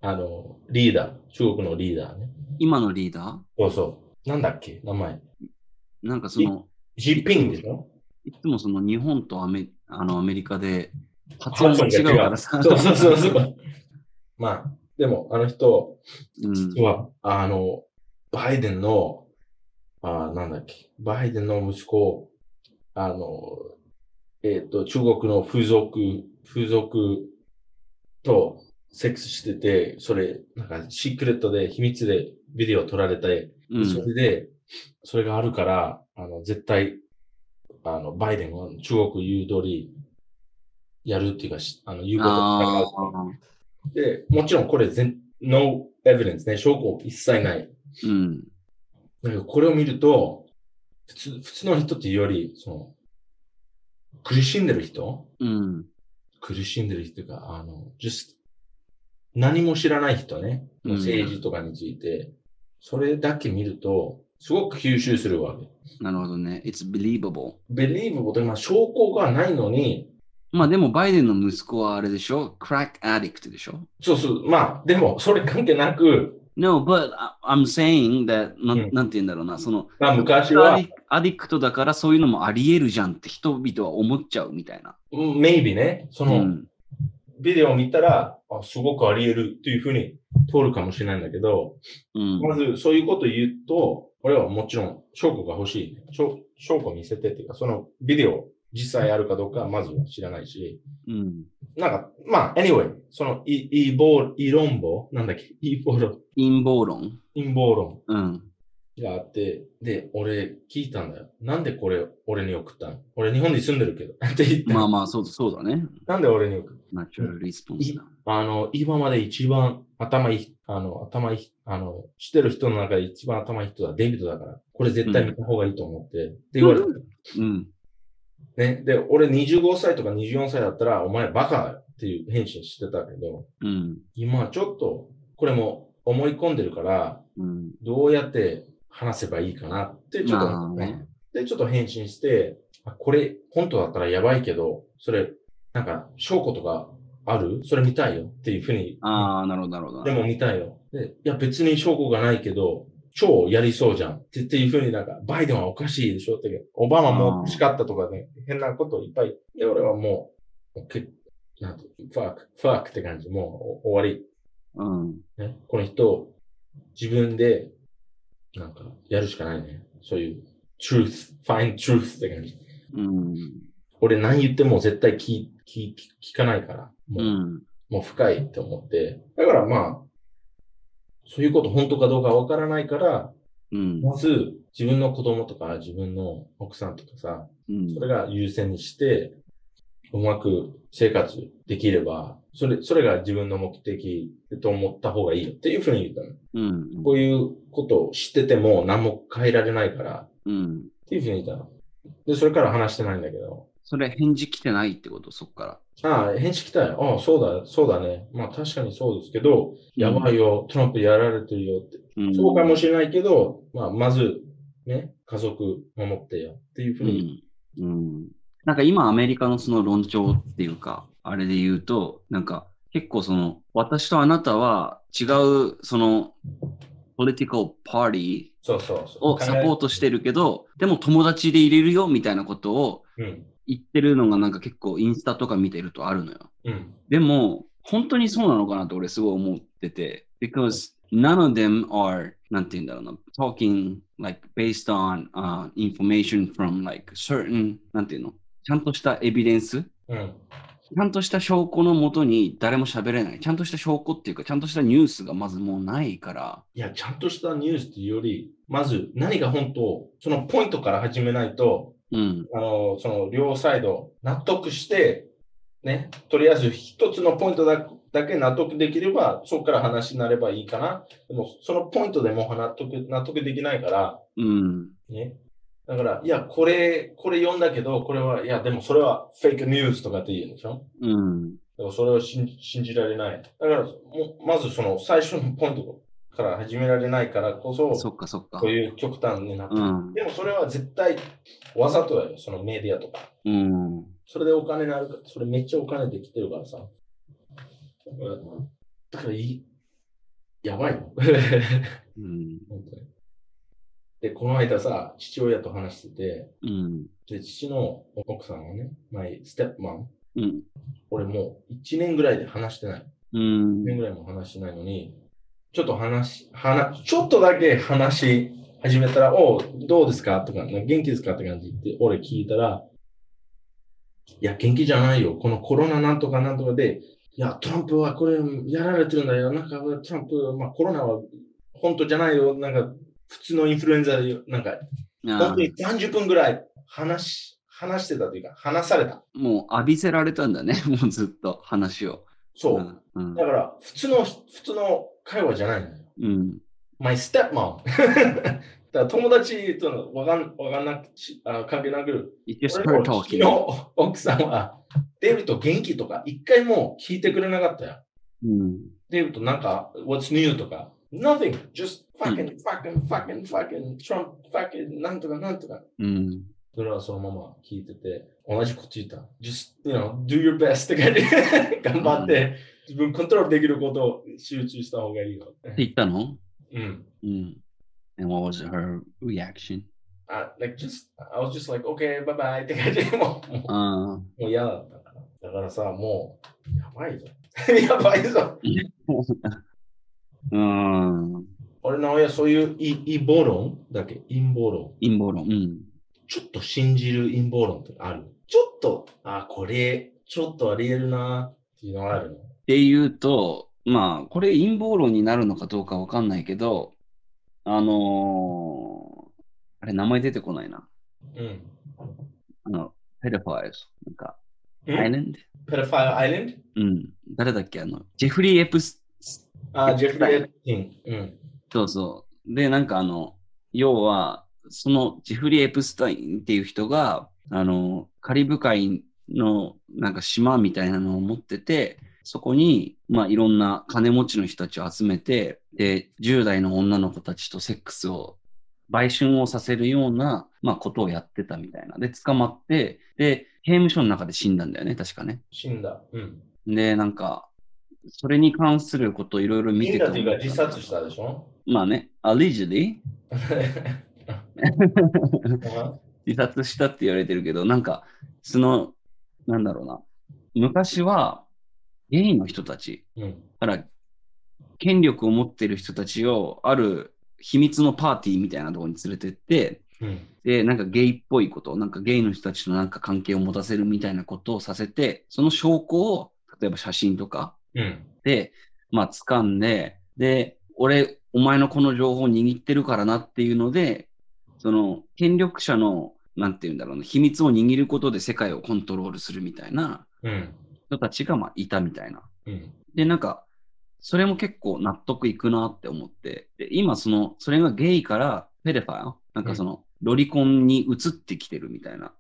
[SPEAKER 2] あの、リーダー。中国のリーダーね。
[SPEAKER 1] 今のリーダ
[SPEAKER 2] そうそう。なんだっけ名前。
[SPEAKER 1] ーなんかその、
[SPEAKER 2] G ピンでしょ
[SPEAKER 1] いつもその日本とアメあのアメリカで発
[SPEAKER 2] 発
[SPEAKER 1] 音
[SPEAKER 2] 音が
[SPEAKER 1] が違
[SPEAKER 2] 違う
[SPEAKER 1] うからさ。
[SPEAKER 2] そうそうそうそう。 [laughs] まあ、でも、あの人
[SPEAKER 1] うん。
[SPEAKER 2] は、あの、バイデンの、あなんだっけ、バイデンの息子、あの、えっ、と、中国の風俗、風俗とセックスしてて、それ、なんか、シークレットで、秘密でビデオ撮られて、
[SPEAKER 1] うん。
[SPEAKER 2] それで、それがあるから、あの、絶対、あの、バイデンは中国言う通り、やるっていうか、しあの、言うことを
[SPEAKER 1] あ
[SPEAKER 2] 従うで、もちろんこれ全、no evidence ね、証拠一切ない。
[SPEAKER 1] ーうん。
[SPEAKER 2] だけど、これを見ると、普通、普通の人っていうより、その、苦しんでる人
[SPEAKER 1] うん。
[SPEAKER 2] 苦しんでる人が、あの、just、何も知らない人ね、
[SPEAKER 1] うん
[SPEAKER 2] 政治とかについて、それだけ見ると、すごく吸収するわけ。
[SPEAKER 1] なるほどね。It's believable.
[SPEAKER 2] ベリーブボと、まあ、証拠がないのに、
[SPEAKER 1] まあでもバイデンの息子はあれでしょ ?crack addict でしょ
[SPEAKER 2] そうそう、まあ、でも、それ関係なく、
[SPEAKER 1] No, but I- I'm saying that な,、
[SPEAKER 2] うん
[SPEAKER 1] ん、なんて言うんだろうな、その
[SPEAKER 2] まあ、昔
[SPEAKER 1] ア
[SPEAKER 2] は
[SPEAKER 1] デ、ィアディクトだからそういうのもあり得るじゃんって人々は思っちゃうみたいな。
[SPEAKER 2] うん maybe ね、その、
[SPEAKER 1] うん
[SPEAKER 2] ビデオを見たら、あ、すごくあり得るっていうふうに通るかもしれないんだけど、
[SPEAKER 1] うん。
[SPEAKER 2] まずそういうこと言うと、俺はもちろん証拠が欲しい、ね。証証拠見せてっていうか、そのビデオ実際あるかどうかはまずは知らないし、
[SPEAKER 1] うん。
[SPEAKER 2] なんか、まあ、anyway、その、い、いぼう、い論法なんだっけいぼう論
[SPEAKER 1] 陰謀論。
[SPEAKER 2] 陰謀論
[SPEAKER 1] うん。
[SPEAKER 2] があって、で、俺聞いたんだよ。なんでこれ俺に送ったの俺日本に住んでるけど。って言った、
[SPEAKER 1] まあまあ、そうそうだね。
[SPEAKER 2] なんで俺に送っ
[SPEAKER 1] ナチュラルリスポンスだ。
[SPEAKER 2] たあの、今まで一番頭いい、あの、頭いい、あの、知ってる人の中で一番頭いい人はデビッドだから、これ絶対見た方がいいと思って、って言われた。
[SPEAKER 1] うん。
[SPEAKER 2] ね。で、俺25歳とか24歳だったら、お前バカだよっていう返信してたけど、
[SPEAKER 1] うん。
[SPEAKER 2] 今はちょっと、これも思い込んでるから、
[SPEAKER 1] うん。
[SPEAKER 2] どうやって話せばいいかなって、ちょっと思ったね
[SPEAKER 1] まあね
[SPEAKER 2] で、ちょっと返信して、あこれ、本当だったらやばいけど、それ、なんか、証拠とかあるそれ見たいよっていうふうに。
[SPEAKER 1] ああ、なるほど、なるほど。
[SPEAKER 2] でも見たいよ。で、いや、別に証拠がないけど、超やりそうじゃん。ってっていうふうになんか、バイデンはおかしいでしょって、オバマもおかしかったとかね、変なこといっぱい。で、俺はもう、けなんて、ファーク、ファークって感じ、もうお終わり
[SPEAKER 1] うん。
[SPEAKER 2] ね、この人、自分で、なんか、やるしかないね。そういう、truth, find truth って感じ。
[SPEAKER 1] うん。
[SPEAKER 2] 俺何言っても絶対聞い聞い聞かないから、
[SPEAKER 1] う
[SPEAKER 2] もう、
[SPEAKER 1] ん。
[SPEAKER 2] もう深いって思って。だからまあ、そういうこと本当かどうかわからないから、
[SPEAKER 1] うん。
[SPEAKER 2] まず、自分の子供とか、自分の奥さんとかさ、
[SPEAKER 1] うん
[SPEAKER 2] それが優先にして、うまく生活できれば、それ、それが自分の目的と思った方がいいよっていうふうに言ったの。
[SPEAKER 1] うん。
[SPEAKER 2] こういうことを知ってても何も変えられないから、
[SPEAKER 1] うん。
[SPEAKER 2] っていうふうに言ったの。で、それから話してないんだけど、
[SPEAKER 1] それ返事来てないってこと、そっから。
[SPEAKER 2] ああ、返事来たよ。ああ、そうだ、そうだね。まあ確かにそうですけど、やばいよ、トランプやられてるよって。
[SPEAKER 1] うん。
[SPEAKER 2] そうかもしれないけど、まあまず、ね、家族守ってよっていうふうに。
[SPEAKER 1] うん。うん。なんか今アメリカのその論調っていうか、あれで言うと、なんか結構その、私とあなたは違う、その、ポリティカルパーティー
[SPEAKER 2] そうそうそう。
[SPEAKER 1] をサポートして
[SPEAKER 2] る。
[SPEAKER 1] るけど、でも友達で入れるよみたいなことを
[SPEAKER 2] うん。
[SPEAKER 1] 言ってるのがなんか結構インスタとか見てるとあるのよ。
[SPEAKER 2] うん。
[SPEAKER 1] でも、本当にそうなのかなって俺すごい思ってて。because none of them are, なんて言うんだろうな、talking like based on、information from like certain, なんていうの、ちゃんとしたエビデンス
[SPEAKER 2] うん。
[SPEAKER 1] ちゃんとした証拠のもとに誰も喋れない。ちゃんとした証拠っていうか、ちゃんとしたニュースがまずもうないから。
[SPEAKER 2] いや、ちゃんとしたニュースっていうより、まず何が本当、そのポイントから始めないと、
[SPEAKER 1] うん、
[SPEAKER 2] あの、その両サイド納得して、ね、とりあえず一つのポイントだだけ納得できれば、そこから話になればいいかな。でも、そのポイントでもう納得、納得できないから、
[SPEAKER 1] うん、
[SPEAKER 2] ね。だから、いや、これ、これ読んだけど、これは、いや、でもそれはフェイクニュースとかって言うんでしょ
[SPEAKER 1] うん、
[SPEAKER 2] でもそれを信じ信じられない。だから、もうまずその最初のポイントから始められないからこそ、
[SPEAKER 1] そっかそっか
[SPEAKER 2] こう。いう極端になって、
[SPEAKER 1] うん、
[SPEAKER 2] でもそれは絶対、わざとだよ、そのメディアとか。
[SPEAKER 1] うん。
[SPEAKER 2] それでお金になるか、それめっちゃお金できてるからさ。だから、だからいい、やば
[SPEAKER 1] [laughs]
[SPEAKER 2] いの。
[SPEAKER 1] うん、
[SPEAKER 2] 本当にで、この間さ、父親と話して
[SPEAKER 1] うん、
[SPEAKER 2] て、で、父の奥さんはね、マイステップマン、
[SPEAKER 1] うん、
[SPEAKER 2] 俺もう1年ぐらいで話してない。
[SPEAKER 1] うん
[SPEAKER 2] 1、年ぐらいも話してないのに、ちょっと話、話、ちょっとだけ話し始めたら、おうどうですかとか、元気ですかって感じって、俺聞いたら、いや、元気じゃないよ。このコロナなんとかなんとかで、いや、トランプはこれやられてるんだよ。なんか、トランプ、まあコロナは本当じゃないよ。なんか、普通のインフルエンザで、なんか、
[SPEAKER 1] あ
[SPEAKER 2] 本当に30分ぐらい話し、話してたというか、話された。
[SPEAKER 1] ーもう浴びせられたんだね、 [laughs] もうずっと話を。
[SPEAKER 2] そう。
[SPEAKER 1] んうん
[SPEAKER 2] だから、普通の、普通の会話じゃないのよ。
[SPEAKER 1] うん、
[SPEAKER 2] my stepmom. [laughs] だから友達とのわかん、わかんなくし、あ関係なく、
[SPEAKER 1] It's just her
[SPEAKER 2] 俺の父
[SPEAKER 1] talking.
[SPEAKER 2] の奥さんは、デイビッド元気とか、一回も聞いてくれなかったよ。
[SPEAKER 1] うん、
[SPEAKER 2] デイビッドなんか、what's new とか、nothing, just fucking, fucking, fucking, fucking, Trump, fucking, なんとかなんとか。
[SPEAKER 1] うん、
[SPEAKER 2] それはそのまま聞いてて、同じこと言った。just, you know, do your best って感じ。 [laughs] 頑張って、自分コントロールできることを集中した方がいいよ。
[SPEAKER 1] って言ったの
[SPEAKER 2] うん。
[SPEAKER 1] うん。And what was her reaction?
[SPEAKER 2] あ、like just, I was just like, okay, [laughs] bye bye って感じでもう、も
[SPEAKER 1] ああ、
[SPEAKER 2] う嫌だったから。だからさ、もう、やばいぞ。 [laughs] やばいぞ。
[SPEAKER 1] うん。
[SPEAKER 2] 俺の親、そういうい陰謀論だっけ陰謀論。
[SPEAKER 1] 陰謀論。うん。
[SPEAKER 2] ちょっと信じる陰謀論ってあるちょっと、あ、これ、ちょっとありえるなっていうのがあるの。
[SPEAKER 1] っていうと、まあ、これ陰謀論になるのかどうかわかんないけど、あのーあれ、名前出てこないな。
[SPEAKER 2] うん。
[SPEAKER 1] あの、ペドファイルズ。なんか、
[SPEAKER 2] ペ
[SPEAKER 1] アイランド
[SPEAKER 2] ドファイルアイラン
[SPEAKER 1] うん。誰だっけあの、ジェフリー・エプス、
[SPEAKER 2] ドあ、ジェフリー・エプスティン。うん。
[SPEAKER 1] そうそう。で、なんかあの、要は、そのジェフリー・エプスタインっていう人が、あの、カリブ海のなんか島みたいなのを持ってて、そこに、まあ、いろんな金持ちの人たちを集めて、で、10代の女の子たちとセックスを、売春をさせるような、まあ、ことをやってたみたいな。で、捕まって、で、刑務所の中で死んだんだよね、確かね。
[SPEAKER 2] 死んだ。うん。
[SPEAKER 1] で、なんか、それに関することをいろいろ見
[SPEAKER 2] 死
[SPEAKER 1] て
[SPEAKER 2] ん
[SPEAKER 1] た
[SPEAKER 2] だというか、自殺したでしょ
[SPEAKER 1] まあね、アリジュリー自殺したって言われてるけど、なんか、その、なんだろうな。昔は、ゲイの人たち
[SPEAKER 2] うん。
[SPEAKER 1] から、権力を持ってる人たちを、ある秘密のパーティーみたいなところに連れてって、
[SPEAKER 2] うん。
[SPEAKER 1] で、なんかゲイっぽいこと、なんかゲイの人たちとなんか関係を持たせるみたいなことをさせて、その証拠を、例えば写真とか
[SPEAKER 2] うん。
[SPEAKER 1] で、まあ、掴んで、で、俺、お前のこの情報を握ってるからなっていうので、その、権力者の、なんて言うんだろうな、秘密を握ることで世界をコントロールするみたいな
[SPEAKER 2] うん。
[SPEAKER 1] 人たちが、まあ、いたみたいな。
[SPEAKER 2] うん。
[SPEAKER 1] で、なんか、それも結構納得いくなって思って、で今、その、それがゲイからペレファイルなんかその、ロリコンに移ってきてるみたいな。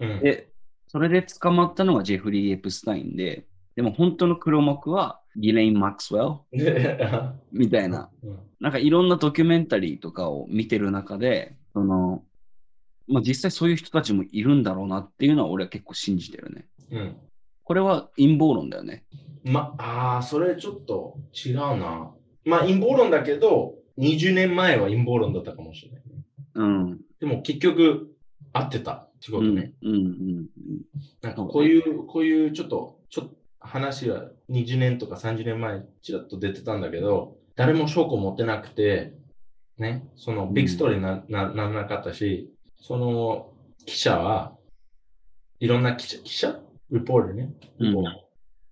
[SPEAKER 2] うん。
[SPEAKER 1] で、それで捕まったのがジェフリー・エプスタインで、でも本当の黒幕はギレイン・マックスウェル
[SPEAKER 2] で、
[SPEAKER 1] みたいな、
[SPEAKER 2] うん。
[SPEAKER 1] なんかいろんなドキュメンタリーとかを見てる中で、その、まあ、実際そういう人たちもいるんだろうなっていうのは俺は結構信じてるね。
[SPEAKER 2] うん。
[SPEAKER 1] これは陰謀論だよね。
[SPEAKER 2] ま、ああ、それちょっと違うな。まあ、陰謀論だけど、20年前は陰謀論だったかもしれない。
[SPEAKER 1] うん。
[SPEAKER 2] でも結局、合ってた。仕
[SPEAKER 1] う
[SPEAKER 2] 事
[SPEAKER 1] ん。
[SPEAKER 2] ね。
[SPEAKER 1] うん。うん。
[SPEAKER 2] なんかこういう、こういうちょっと、ちょっと話が20年とか30年前、ちらっと出てたんだけど、誰も証拠持ってなくて、ね、そのビッグストーリーにな,、なならなかったし、その記者は、いろんな記者、記者リポートね。
[SPEAKER 1] うん
[SPEAKER 2] こう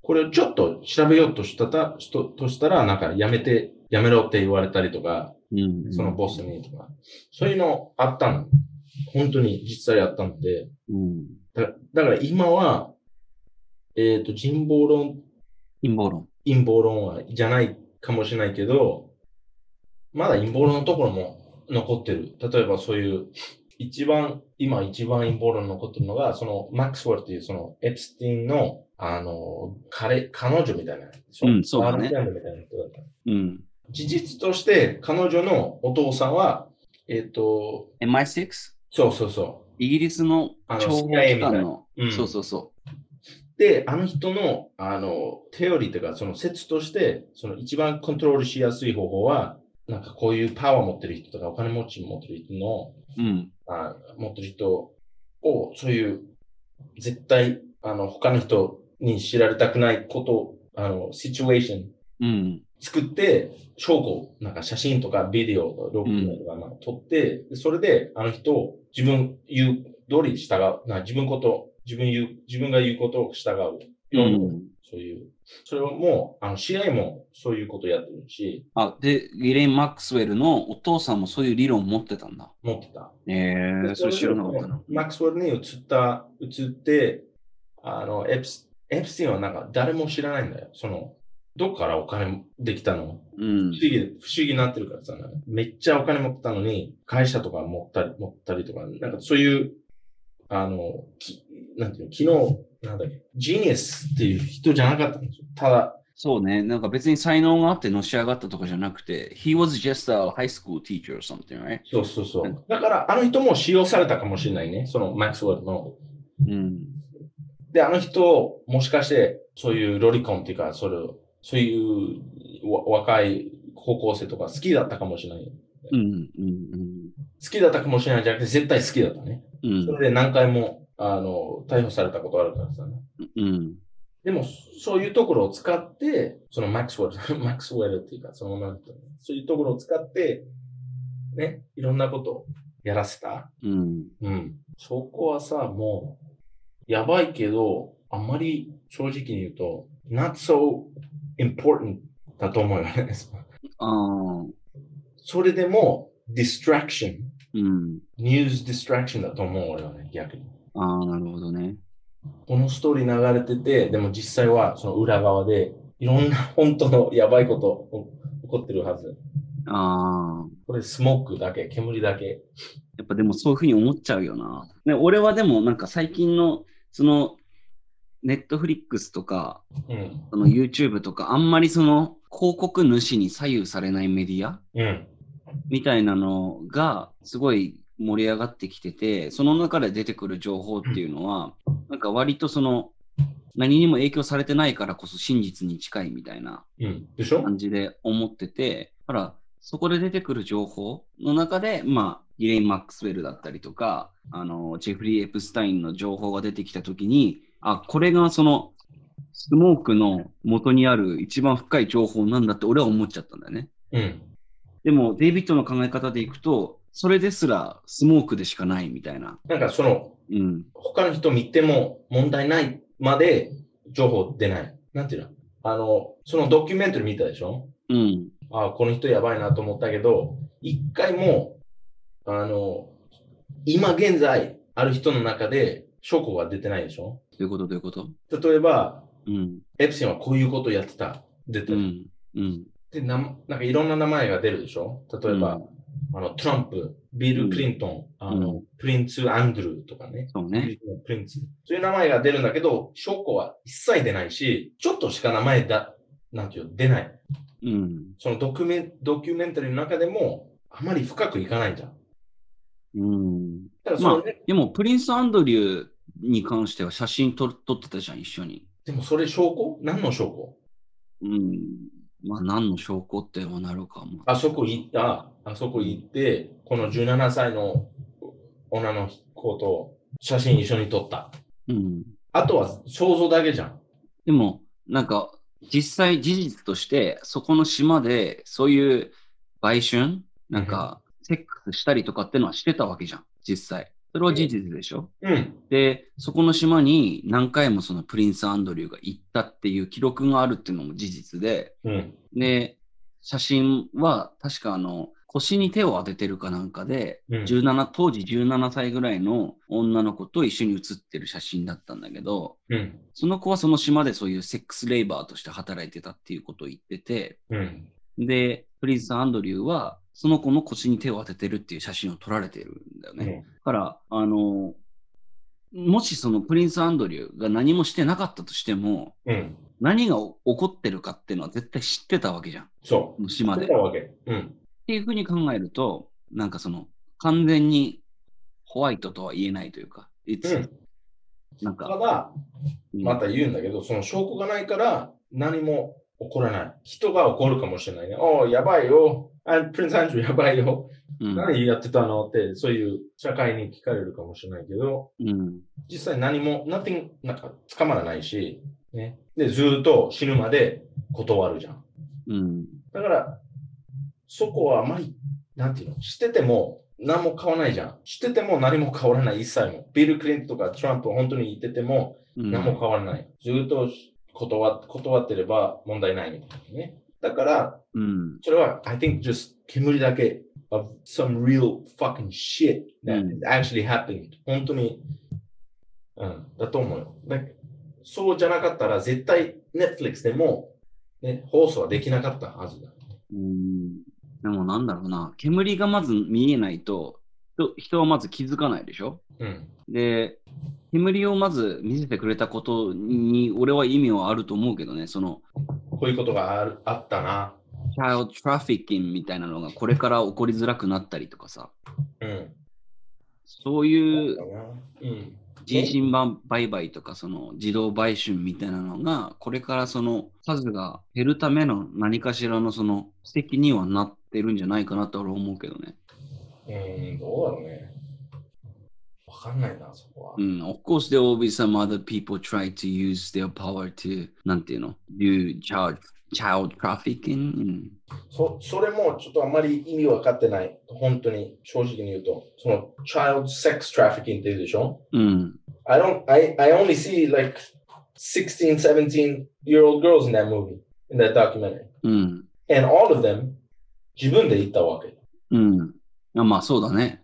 [SPEAKER 2] これをちょっと調べようとしたた、しととしたら、なんかやめて、やめろって言われたりとか、
[SPEAKER 1] うん。
[SPEAKER 2] そのボスにとか、そういうのあったの。本当に実際あったので、
[SPEAKER 1] うん。
[SPEAKER 2] だだから今は、えっ、と、人望論、
[SPEAKER 1] 陰謀論。
[SPEAKER 2] 陰謀論は、じゃないかもしれないけど、まだ陰謀論のところも残ってる。例えばそういう、一番、今一番陰謀論残ってるのが、その、マックスウェルっていう、その、エプスティンの、あの、彼、彼女みたいな。
[SPEAKER 1] うんそうだね
[SPEAKER 2] バーテンダーみたいな人だった。
[SPEAKER 1] うん。
[SPEAKER 2] 事実として、彼女のお父さんは、えっ、と、
[SPEAKER 1] MI6?
[SPEAKER 2] そうそうそう。
[SPEAKER 1] イギリスの
[SPEAKER 2] あの
[SPEAKER 1] 諜報
[SPEAKER 2] CIA
[SPEAKER 1] 機関の
[SPEAKER 2] みたいなうん
[SPEAKER 1] そうそうそ
[SPEAKER 2] で、あの人の、あの、テオリーというか、その説として、その一番コントロールしやすい方法は、なんかこういうパワー持ってる人とか、お金持ち持ってる人の、
[SPEAKER 1] う。うん。
[SPEAKER 2] あ持ってる人を、そういう、絶対、あの、他の人に知られたくないこと、あの、シチュエーション
[SPEAKER 1] うん。
[SPEAKER 2] 作って、証拠、なんか写真とかビデオ、録音とか、まあ、撮って、でそれで、あの人を自分言う通り従う。な自分こと、自分言う、自分が言うことを従う
[SPEAKER 1] う
[SPEAKER 2] ような、
[SPEAKER 1] ん。
[SPEAKER 2] そういう。それをもう、あの、試合もそういうことやってるし、
[SPEAKER 1] あ、で、ギレイン・マックスウェルのお父さんもそういう理論を持ってたんだ。
[SPEAKER 2] 持ってた。
[SPEAKER 1] ええー、それ知らなかったな。
[SPEAKER 2] マックスウェルに移った、移って、あの、エプス、エプスティンはなんか誰も知らないんだよ。その、どっからお金できたの
[SPEAKER 1] うん
[SPEAKER 2] 不思議、不思議になってるからさ、なんかめっちゃお金持ってたのに、会社とか持ったり、持ったりとか、なんかそういう、あの、きなんていうの、昨日、なんだっけ、ジーニアスっていう人じゃなかったんですよ。ただ、
[SPEAKER 1] そうね、なんか別に才能があってのし上がったとかじゃなくて、He was just a high school teacher or something, right?
[SPEAKER 2] そうそうそう。だから、あの人も使用されたかもしれないね。その、マックスウェルの。
[SPEAKER 1] うん。
[SPEAKER 2] で、あの人、もしかして、そういうロリコンっていうか、それを、そういうわ若い高校生とか好きだったかもしれない。
[SPEAKER 1] うん。うん。
[SPEAKER 2] 好きだったかもしれないじゃなくて、絶対好きだったね。
[SPEAKER 1] うん。
[SPEAKER 2] それで何回も、あの、逮捕されたことあるからさ、ね。
[SPEAKER 1] うん。
[SPEAKER 2] でも、そういうところを使って、そのマックス [laughs] ウェル、マックスウェルっていうか、そのなんていうのそういうところを使って、ね、いろんなことをやらせた。
[SPEAKER 1] うん。
[SPEAKER 2] うん。そこはさ、もう、やばいけど、あんまり正直に言うと、not so important だと思うよね。 [laughs]
[SPEAKER 1] ああ、
[SPEAKER 2] それでも、distraction、
[SPEAKER 1] うん。
[SPEAKER 2] news distraction だと思う俺はね、逆に。
[SPEAKER 1] ああ、なるほどね。
[SPEAKER 2] このストーリー流れてて、でも実際はその裏側で、いろんな本当のやばいこと起こってるはず。
[SPEAKER 1] ああ。
[SPEAKER 2] これスモークだけ、煙だけ。
[SPEAKER 1] やっぱでもそういうふうに思っちゃうよな。ね、俺はでもなんか最近の、その、ネットフリックスとか、
[SPEAKER 2] うん。
[SPEAKER 1] その YouTube とか、あんまりその広告主に左右されないメディア
[SPEAKER 2] うん。
[SPEAKER 1] みたいなのがすごい盛り上がってきてて、その中で出てくる情報っていうのは、なんか割とその何にも影響されてないからこそ真実に近いみたいな
[SPEAKER 2] うん。でしょ
[SPEAKER 1] 感じで思ってて、だからそこで出てくる情報の中で、まあ、ギレイン・マックスウェルだったりとか、あの、ジェフリー・エプスタインの情報が出てきたときに、あ、これがその、スモークの元にある一番深い情報なんだって俺は思っちゃったんだよね。
[SPEAKER 2] うん。
[SPEAKER 1] でも、デイビッドの考え方でいくと、それですらスモークでしかないみたいな。
[SPEAKER 2] なんかその、
[SPEAKER 1] うん。
[SPEAKER 2] 他の人見ても問題ないまで情報出ない。なんていうのあの、そのドキュメンタリー見たでしょ
[SPEAKER 1] うん。
[SPEAKER 2] ああ、この人やばいなと思ったけど、一回も、あの、今現在ある人の中で証拠が出てないでしょ
[SPEAKER 1] どういうことどういうこと
[SPEAKER 2] 例えば、
[SPEAKER 1] うん。
[SPEAKER 2] エプシンはこういうことやってた。出て
[SPEAKER 1] う
[SPEAKER 2] る。
[SPEAKER 1] ん。うん。
[SPEAKER 2] でな、なんかいろんな名前が出るでしょ例えば、あの、トランプ、ビル・クリントン、あの、
[SPEAKER 1] う
[SPEAKER 2] プリンツ・アンドルーとかね。
[SPEAKER 1] そう
[SPEAKER 2] ビ
[SPEAKER 1] ね。
[SPEAKER 2] ルのプリンツ。そういう名前が出るんだけど、証拠は一切出ないし、ちょっとしか名前だ、なんていうの、出ない。
[SPEAKER 1] うん。
[SPEAKER 2] そのドキュメン、ドキュメンタリーの中でも、あまり深くいかないじゃん。
[SPEAKER 1] うん。
[SPEAKER 2] だからそのね、
[SPEAKER 1] でも、プリンス・アンドリューに関しては写真撮撮ってたじゃん、一緒に。
[SPEAKER 2] でもそれ証拠何の証拠
[SPEAKER 1] うん。まあ、何の証拠ってはなるかも。
[SPEAKER 2] あそこ行った、あそこ行って、この17歳の女の子と写真一緒に撮った。
[SPEAKER 1] うん。
[SPEAKER 2] あとは想像だけじゃん。
[SPEAKER 1] でも、なんか、実際事実として、そこの島で、そういう売春なんか、セックスしたりとかってのはしてたわけじゃん、実際。それは事実でしょ、
[SPEAKER 2] うん。
[SPEAKER 1] で、そこの島に何回もそのプリンス・アンドリューが行ったっていう記録があるっていうのも事実で、
[SPEAKER 2] うん。
[SPEAKER 1] で、写真は確かあの、腰に手を当ててるかなんかで、
[SPEAKER 2] うん。
[SPEAKER 1] 17、当時17歳ぐらいの女の子と一緒に写ってる写真だったんだけど、
[SPEAKER 2] うん。
[SPEAKER 1] その子はその島でそういうセックスレイバーとして働いてたっていうことを言ってて、
[SPEAKER 2] うん。
[SPEAKER 1] で、プリンス・アンドリューはその子の腰に手を当ててるっていう写真を撮られてるんだよね。
[SPEAKER 2] うん
[SPEAKER 1] だから、あの、もしそのプリンス・アンドリューが何もしてなかったとしても、
[SPEAKER 2] うん。
[SPEAKER 1] 何が起こってるかっていうのは絶対知ってたわけじゃん、
[SPEAKER 2] そ
[SPEAKER 1] この
[SPEAKER 2] う。
[SPEAKER 1] 島
[SPEAKER 2] 出
[SPEAKER 1] で。
[SPEAKER 2] たわけ。うん。
[SPEAKER 1] っていうふうに考えると、なんかその、完全にホワイトとは言えないというか、いつ、
[SPEAKER 2] うん。
[SPEAKER 1] なん
[SPEAKER 2] た
[SPEAKER 1] か、
[SPEAKER 2] だ、
[SPEAKER 1] うん
[SPEAKER 2] また言うんだけど、その証拠がないから何も起こらない。人が起こるかもしれないね。おーやばいよ。あ、プリンス・アンジュやばいよ。
[SPEAKER 1] うん、
[SPEAKER 2] 何やってたのって、そういう社会に聞かれるかもしれないけど、
[SPEAKER 1] うん、
[SPEAKER 2] 実際何も、nothing、なんか捕まらないし、ね。で、ずーっと死ぬまで断るじゃん。
[SPEAKER 1] うん、
[SPEAKER 2] だから、そこはあまり、なんていうの、してても何も変わらないじゃん。してても何も変わらない、一切も。ビル・クリントンとかトランプ本当に言ってても
[SPEAKER 1] うん。
[SPEAKER 2] 何も変わらない。ずっと断っ断ってれば問題ないみたいなね。だから、
[SPEAKER 1] うん、
[SPEAKER 2] それは、I think just 煙だけ of some real fucking shit
[SPEAKER 1] う
[SPEAKER 2] that
[SPEAKER 1] ん
[SPEAKER 2] actually happened. 本当に、うん、だと思うよ。だそうじゃなかったら絶対 Netflix でも、ね、放送はできなかったはずだ。
[SPEAKER 1] うん。でもなんだろうな、煙がまず見えないと、人人はまず気づかないでしょ
[SPEAKER 2] うん。
[SPEAKER 1] で、煙をまず見せてくれたことに、俺は意味はあると思うけどね、その、
[SPEAKER 2] こういうことがあるあったな。
[SPEAKER 1] チャイルド・トラフィッキングみたいなのがこれから起こりづらくなったりとかさ、
[SPEAKER 2] うん。
[SPEAKER 1] そういう
[SPEAKER 2] うん。
[SPEAKER 1] 人身ば売買とか、その自動売春みたいなのが、これからその数が減るための何かしらのその責任はなってるんじゃないかなと俺は思うけどね。
[SPEAKER 2] うん、どうだろうね。わかんないな、そこは。
[SPEAKER 1] Mm, of course, there will be some other people try to use their power to, なんていうの do child, child trafficking.
[SPEAKER 2] そそれもちょっとあんまり意味分かってない。本当に正直に言うと。その child sex trafficking って言うでしょ
[SPEAKER 1] うん。
[SPEAKER 2] I don't, I, I only see like 16, 17 year old girls in that movie, in that documentary.
[SPEAKER 1] うん。
[SPEAKER 2] And all of them 自分で行ったわけ。
[SPEAKER 1] うん。あまあそうだね。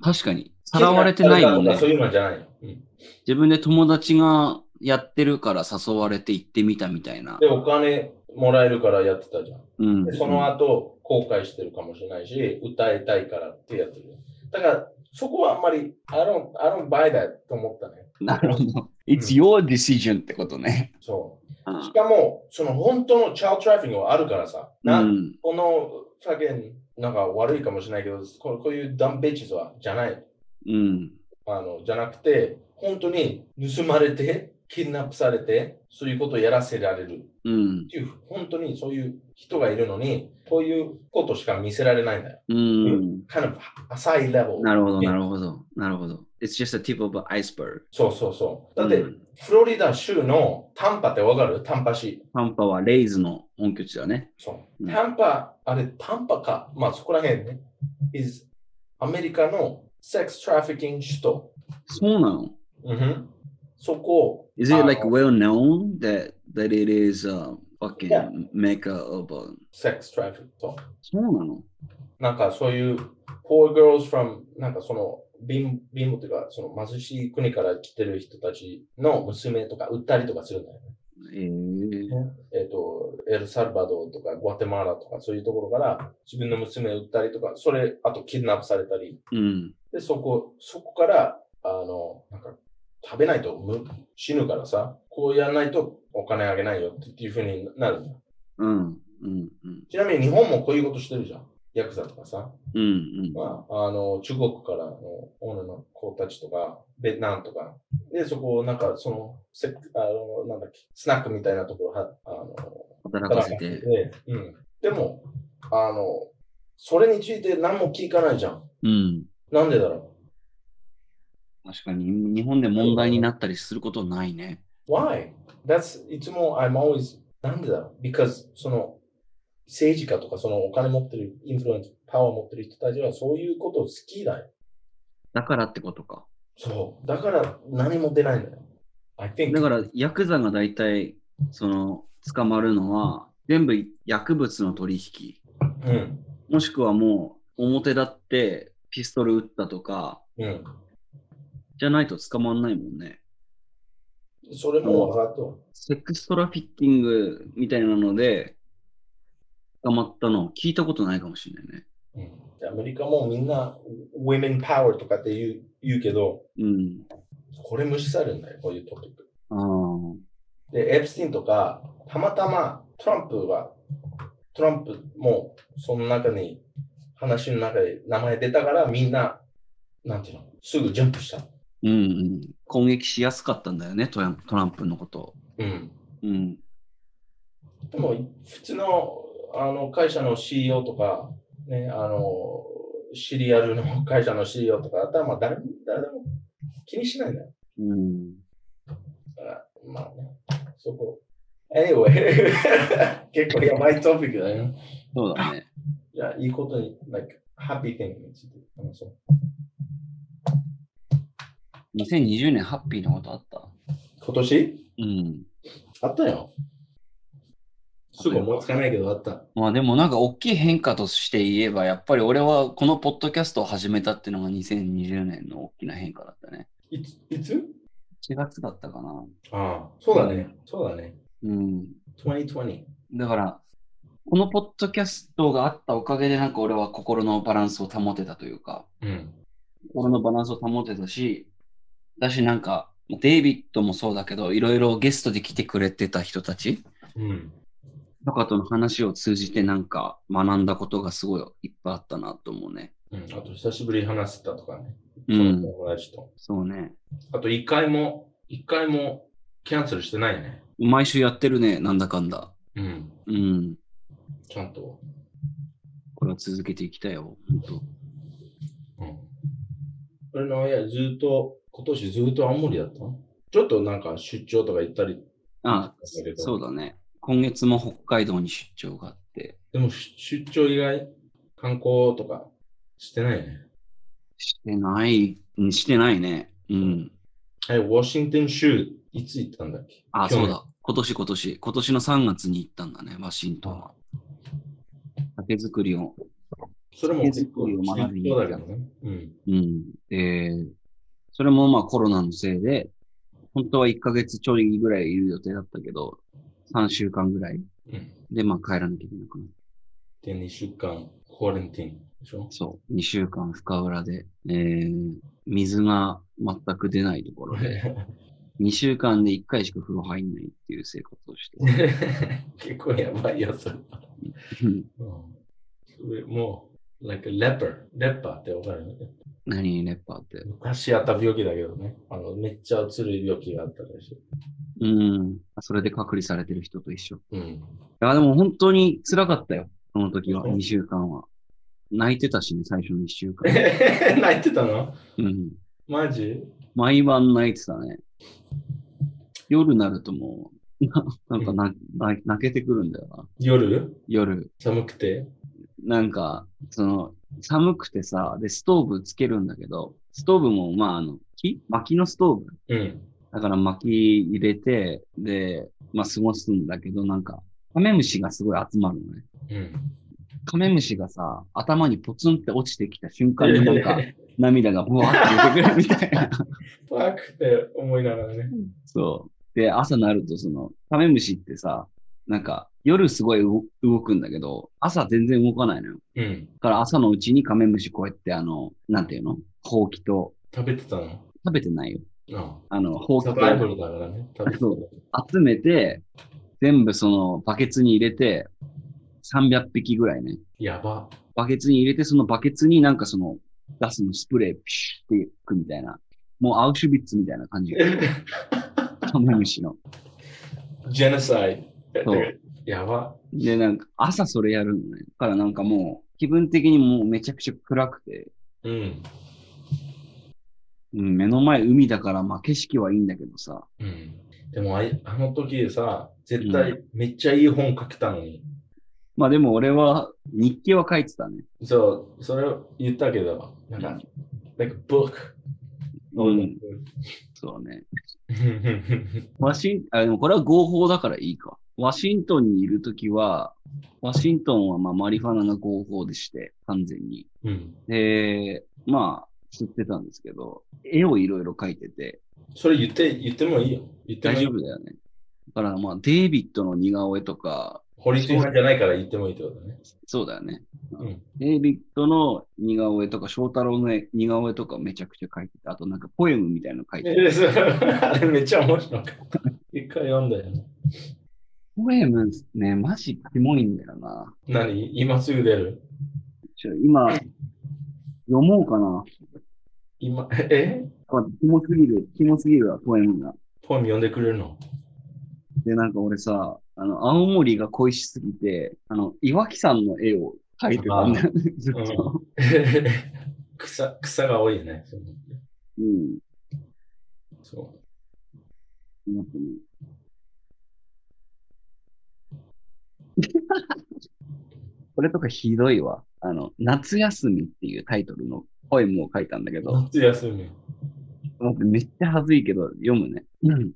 [SPEAKER 1] 確かに。さらわれてないもんね
[SPEAKER 2] そう。いうのじゃないの。うん
[SPEAKER 1] 自分で友達がやってるから誘われて行ってみたみたいな
[SPEAKER 2] で、。お金もらえるからやってたじゃん。
[SPEAKER 1] うん
[SPEAKER 2] で。その後、後悔してるかもしれないし、歌いたいからってやってる。だから、そこはあんまり、I don't, I don't buy that と思ったね。
[SPEAKER 1] なるほど。It's your decision ってことね。
[SPEAKER 2] そう。しかも、その本当のチャールトラフィングはあるからさ、
[SPEAKER 1] う
[SPEAKER 2] な、
[SPEAKER 1] ん。
[SPEAKER 2] この、さけん、なんか悪いかもしれないけど、ここういうダンベッチズは、じゃない。
[SPEAKER 1] うん。
[SPEAKER 2] あの、じゃなくて、本当に盗まれて、キッナップされて、そういうことをやらせられる。
[SPEAKER 1] うん
[SPEAKER 2] っ。ていう、本当にそういう人がいるのに、こういうことしか見せられないんだよ。
[SPEAKER 1] うん。
[SPEAKER 2] kind of 浅いレベル。
[SPEAKER 1] なるほど、なるほど。なるほど。It's just a tip of an iceberg.
[SPEAKER 2] そうそうそう。だって、
[SPEAKER 1] うん
[SPEAKER 2] フロリダ州のタンパってわかるタンパ市。
[SPEAKER 1] タンパはレイズの本拠地だね。
[SPEAKER 2] そうう。
[SPEAKER 1] ん
[SPEAKER 2] タンパ、あれ、タンパか。まあ、そこら辺ね。is アメリカのセックストラフィキング首都。
[SPEAKER 1] そうなの
[SPEAKER 2] うんふんそこ。
[SPEAKER 1] Is it like
[SPEAKER 2] あの
[SPEAKER 1] well known that, that it is a
[SPEAKER 2] Yeah.
[SPEAKER 1] fucking mecca of a...
[SPEAKER 2] セックストラフィキングと。
[SPEAKER 1] そうなの
[SPEAKER 2] なんかそういう poor girls from なんかその貧貧乏というかその貧しい国から来てる人たちの娘とか売ったりとかするんだよね。
[SPEAKER 1] えー
[SPEAKER 2] えっ、と、エルサルバドルとかグアテマラとかそういうところから自分の娘を売ったりとか、それ、あとキッナップされたり、
[SPEAKER 1] うん。
[SPEAKER 2] で、そこ、そこから、あの、なんか、食べないとむ死ぬからさ、こうやらないとお金あげないよっていうふうになるじゃ
[SPEAKER 1] う
[SPEAKER 2] ん。
[SPEAKER 1] ん。うん。うん。
[SPEAKER 2] ちなみに日本もこういうことしてるじゃん。ヤクザとかさ。
[SPEAKER 1] うん。
[SPEAKER 2] まあ、あの、中国からのオーナーの子たちとか、ベトナムとか、で、そこをなんか、その、せあの、なんだっけ、スナックみたいなところは、あ
[SPEAKER 1] 働か
[SPEAKER 2] の、
[SPEAKER 1] せて。
[SPEAKER 2] うん。でも、あの、それについて何も聞かないじゃん。
[SPEAKER 1] うん。
[SPEAKER 2] なんでだろ
[SPEAKER 1] 確かに、日本で問題になったりすることないね。
[SPEAKER 2] う ?Why? That's, いつも I'm always, なんでだろう ?Because, その、政治家とか、そのお金持ってる、インフルエンス、パワー持ってる人たちは、そういうことを好きだよ。
[SPEAKER 1] だからってことか。
[SPEAKER 2] そう。だから、何も出ないんだよ。I think.
[SPEAKER 1] だから、ヤクザが大体、その、捕まるのは、全部薬物の取引。
[SPEAKER 2] うん。
[SPEAKER 1] もしくはもう、表立ってピストル撃ったとか、
[SPEAKER 2] うん。
[SPEAKER 1] じゃないと捕まんないもんね。
[SPEAKER 2] それも分かった。
[SPEAKER 1] セックストラフィッキングみたいなので、捕まったの聞いたことないかもしれないね。
[SPEAKER 2] うん、アメリカもみんな、women power とかって言う言うけど、
[SPEAKER 1] うん。
[SPEAKER 2] これ無視されるんだよ、こういうトピック。
[SPEAKER 1] ああ。
[SPEAKER 2] で、エプスティンとか、たまたまトランプは、トランプもその中に、話の中で名前出たから、みんな、なんていうの、すぐジャンプした。
[SPEAKER 1] うんうん。攻撃しやすかったんだよね、トラントランプのことを。
[SPEAKER 2] うん。
[SPEAKER 1] うん。
[SPEAKER 2] でも、普通のあの会社の CEO とか、ね、あの、シリアルの [laughs] 会社の CEO とかだったら、まあ誰も、誰でも気にしないんだよ。
[SPEAKER 1] うん。
[SPEAKER 2] まあね、そこ。Anyway, [laughs] 結構やばいトピックだよ。
[SPEAKER 1] そうだね。
[SPEAKER 2] じゃあ、いいことに、like, happy thing について話そう。
[SPEAKER 1] 2020年ハッピーなことあった
[SPEAKER 2] 今年
[SPEAKER 1] うん。
[SPEAKER 2] あったよ。すぐ思いつかないけどあった。
[SPEAKER 1] まあでもなんか大きい変化として言えば、やっぱり俺はこのポッドキャストを始めたっていうのが2020年の大きな変化だったね。
[SPEAKER 2] いついつ
[SPEAKER 1] 4月だったかな。
[SPEAKER 2] ああ、そうだね。そうだね。
[SPEAKER 1] うん。
[SPEAKER 2] 2020。
[SPEAKER 1] だから、このポッドキャストがあったおかげでなんか俺は心のバランスを保てたというか、
[SPEAKER 2] うん。
[SPEAKER 1] 心のバランスを保てたし、だしなんか、デイビッドもそうだけど、いろいろゲストで来てくれてた人たち
[SPEAKER 2] うん。
[SPEAKER 1] とかとの話を通じてなんか学んだことがすごいいっぱいあったなと思うね。
[SPEAKER 2] うん、あと、久しぶりに話せたとかね。
[SPEAKER 1] う
[SPEAKER 2] その
[SPEAKER 1] ん、
[SPEAKER 2] 友達と。
[SPEAKER 1] そうね。
[SPEAKER 2] あと、一回も、一回もキャンセルしてないね。
[SPEAKER 1] 毎週やってるね、なんだかんだ。
[SPEAKER 2] うん。
[SPEAKER 1] うん、
[SPEAKER 2] ちゃんと。
[SPEAKER 1] これは続けていきたいよ、本当。
[SPEAKER 2] うん。俺の親ずっと、今年ずっと青森だったのちょっとなんか出張とか行ったり、
[SPEAKER 1] あ
[SPEAKER 2] だけど
[SPEAKER 1] そうだね。今月も北海道に出張があって、
[SPEAKER 2] でも出出張以外、観光とかしてないね。
[SPEAKER 1] してない、うんしてないね。うん。
[SPEAKER 2] はい、ワシントン州、いつ行ったんだっけ
[SPEAKER 1] あ、
[SPEAKER 2] 去
[SPEAKER 1] そ
[SPEAKER 2] 年
[SPEAKER 1] うだ。今年今年、今年の3月に行ったんだね、ワシントンは。酒造りを。
[SPEAKER 2] それも結構
[SPEAKER 1] 手作りを学びに
[SPEAKER 2] 出張だけどね。うん。
[SPEAKER 1] うん。で、それもまあコロナのせいで、本当は1ヶ月ちょいぐらいいる予定だったけど、3週間ぐらい
[SPEAKER 2] うん。
[SPEAKER 1] でまあ帰らなきゃいけなくなって。
[SPEAKER 2] で、2週間、コアレンティーンでしょ
[SPEAKER 1] そう。2週間深浦で、えー、水が全く出ないところで、2週間で1回しか風呂入んないっていう生活をして。
[SPEAKER 2] [laughs]
[SPEAKER 1] [laughs]
[SPEAKER 2] 結構やばいやつ。うん
[SPEAKER 1] うん
[SPEAKER 2] それもう、like a leper, leper ってわかる
[SPEAKER 1] 何レッパーって。
[SPEAKER 2] 昔あった病気だけどね。あの、めっちゃ映る病気があったらしい。
[SPEAKER 1] うん。それで隔離されてる人と一緒。い
[SPEAKER 2] うん。 [laughs]
[SPEAKER 1] や、でも本当に辛かったよ。その時は、
[SPEAKER 2] そう
[SPEAKER 1] 2週間は。泣いてたしね、最初の1週間。
[SPEAKER 2] 泣いてたの
[SPEAKER 1] うん。
[SPEAKER 2] マジ
[SPEAKER 1] 毎晩泣いてたね。夜になるともう、 [laughs] ななんかな泣泣けてくるんだよな。
[SPEAKER 2] 夜
[SPEAKER 1] 夜。
[SPEAKER 2] 寒くて
[SPEAKER 1] なんか、その、寒くてさ、で、ストーブつけるんだけど、ストーブも、まあ、あの、木薪のストーブ
[SPEAKER 2] うん。
[SPEAKER 1] だから薪入れて、で、まあ、過ごすんだけど、なんか、カメムシがすごい集まるのね。
[SPEAKER 2] うん。
[SPEAKER 1] カメムシがさ、頭にポツンって落ちてきた瞬間になんか、涙がブワーって出てくるみたい
[SPEAKER 2] [laughs]
[SPEAKER 1] な。
[SPEAKER 2] 怖くて思いながらね。
[SPEAKER 1] そう。で、朝になると、その、カメムシってさ、なんか、夜すごい動動くんだけど、朝全然動かないのよ。
[SPEAKER 2] うん。
[SPEAKER 1] だから朝のうちにカメムシこうやって、あの、なんていうのほうきと、
[SPEAKER 2] 食べてたの
[SPEAKER 1] 食べてないよ。
[SPEAKER 2] あ
[SPEAKER 1] あの、ほうき
[SPEAKER 2] サ
[SPEAKER 1] と
[SPEAKER 2] バイバルだからね。食べてた
[SPEAKER 1] そ集めて、全部そのバケツに入れて、300匹ぐらいね。
[SPEAKER 2] やば。
[SPEAKER 1] バケツに入れて、そのバケツになんかそのガスのスプレーピシュっていくみたいな。もうアウシュビッツみたいな感じ。カメムシの。
[SPEAKER 2] ジェノサイド
[SPEAKER 1] そう。
[SPEAKER 2] やば。
[SPEAKER 1] で、なんか朝それやるのね。だからなんかもう気分的にもうめちゃくちゃ暗くて、
[SPEAKER 2] うん。
[SPEAKER 1] うん、目の前海だからまあ景色はいいんだけどさ。
[SPEAKER 2] うん。でもあい、あの時でさ、絶対めっちゃいい本書けたのに。
[SPEAKER 1] まあでも俺は日記は書いてたね。
[SPEAKER 2] そう、それを言ったけど、なんか、like a book.
[SPEAKER 1] うん。そうね。ワシン、あ、でもこれは合法だからいいか。ワシントンにいるときは、ワシントンはまあマリファナが合法でして、完全に。
[SPEAKER 2] うん。
[SPEAKER 1] で、まあ、吸ってたんですけど、絵をいろいろ描いてて、
[SPEAKER 2] それ言って、言ってもいいよ。言って
[SPEAKER 1] 大
[SPEAKER 2] もい
[SPEAKER 1] 丈
[SPEAKER 2] い。
[SPEAKER 1] 夫だよね。だからまあ、デイビッドの似顔絵とか、
[SPEAKER 2] 法律違反じゃないから言ってもいいってことね。
[SPEAKER 1] そうだよね。
[SPEAKER 2] うん
[SPEAKER 1] デイビッドの似顔絵とか、翔太郎の絵似顔絵とかめちゃくちゃ描いてて、あとなんかポエムみたいなの描いてて。
[SPEAKER 2] えそう [laughs] あれめっちゃ面白かった。一回読んだよね。
[SPEAKER 1] ポエムね、マジキモいんだよな。
[SPEAKER 2] 何今すぐ出る
[SPEAKER 1] ちょ今、読もうかな。
[SPEAKER 2] 今、 [laughs] え
[SPEAKER 1] あキモすぎる、キモすぎるわ、ポエムが。
[SPEAKER 2] ポエム読んでくれるの [laughs]
[SPEAKER 1] で、なんか俺さ、あの、青森が恋しすぎて、あの、岩木さんの絵を描いてたんだよね、ずっと。
[SPEAKER 2] 草、草が多いよね。その
[SPEAKER 1] うん。
[SPEAKER 2] そ
[SPEAKER 1] 思ってね。 [laughs] これとかひどいわ。あの、夏休みっていうタイトルのポエムを書いたんだけ
[SPEAKER 2] う。
[SPEAKER 1] ど、
[SPEAKER 2] 夏休み。
[SPEAKER 1] 待ってめっちゃ恥ずいけど読むね。うん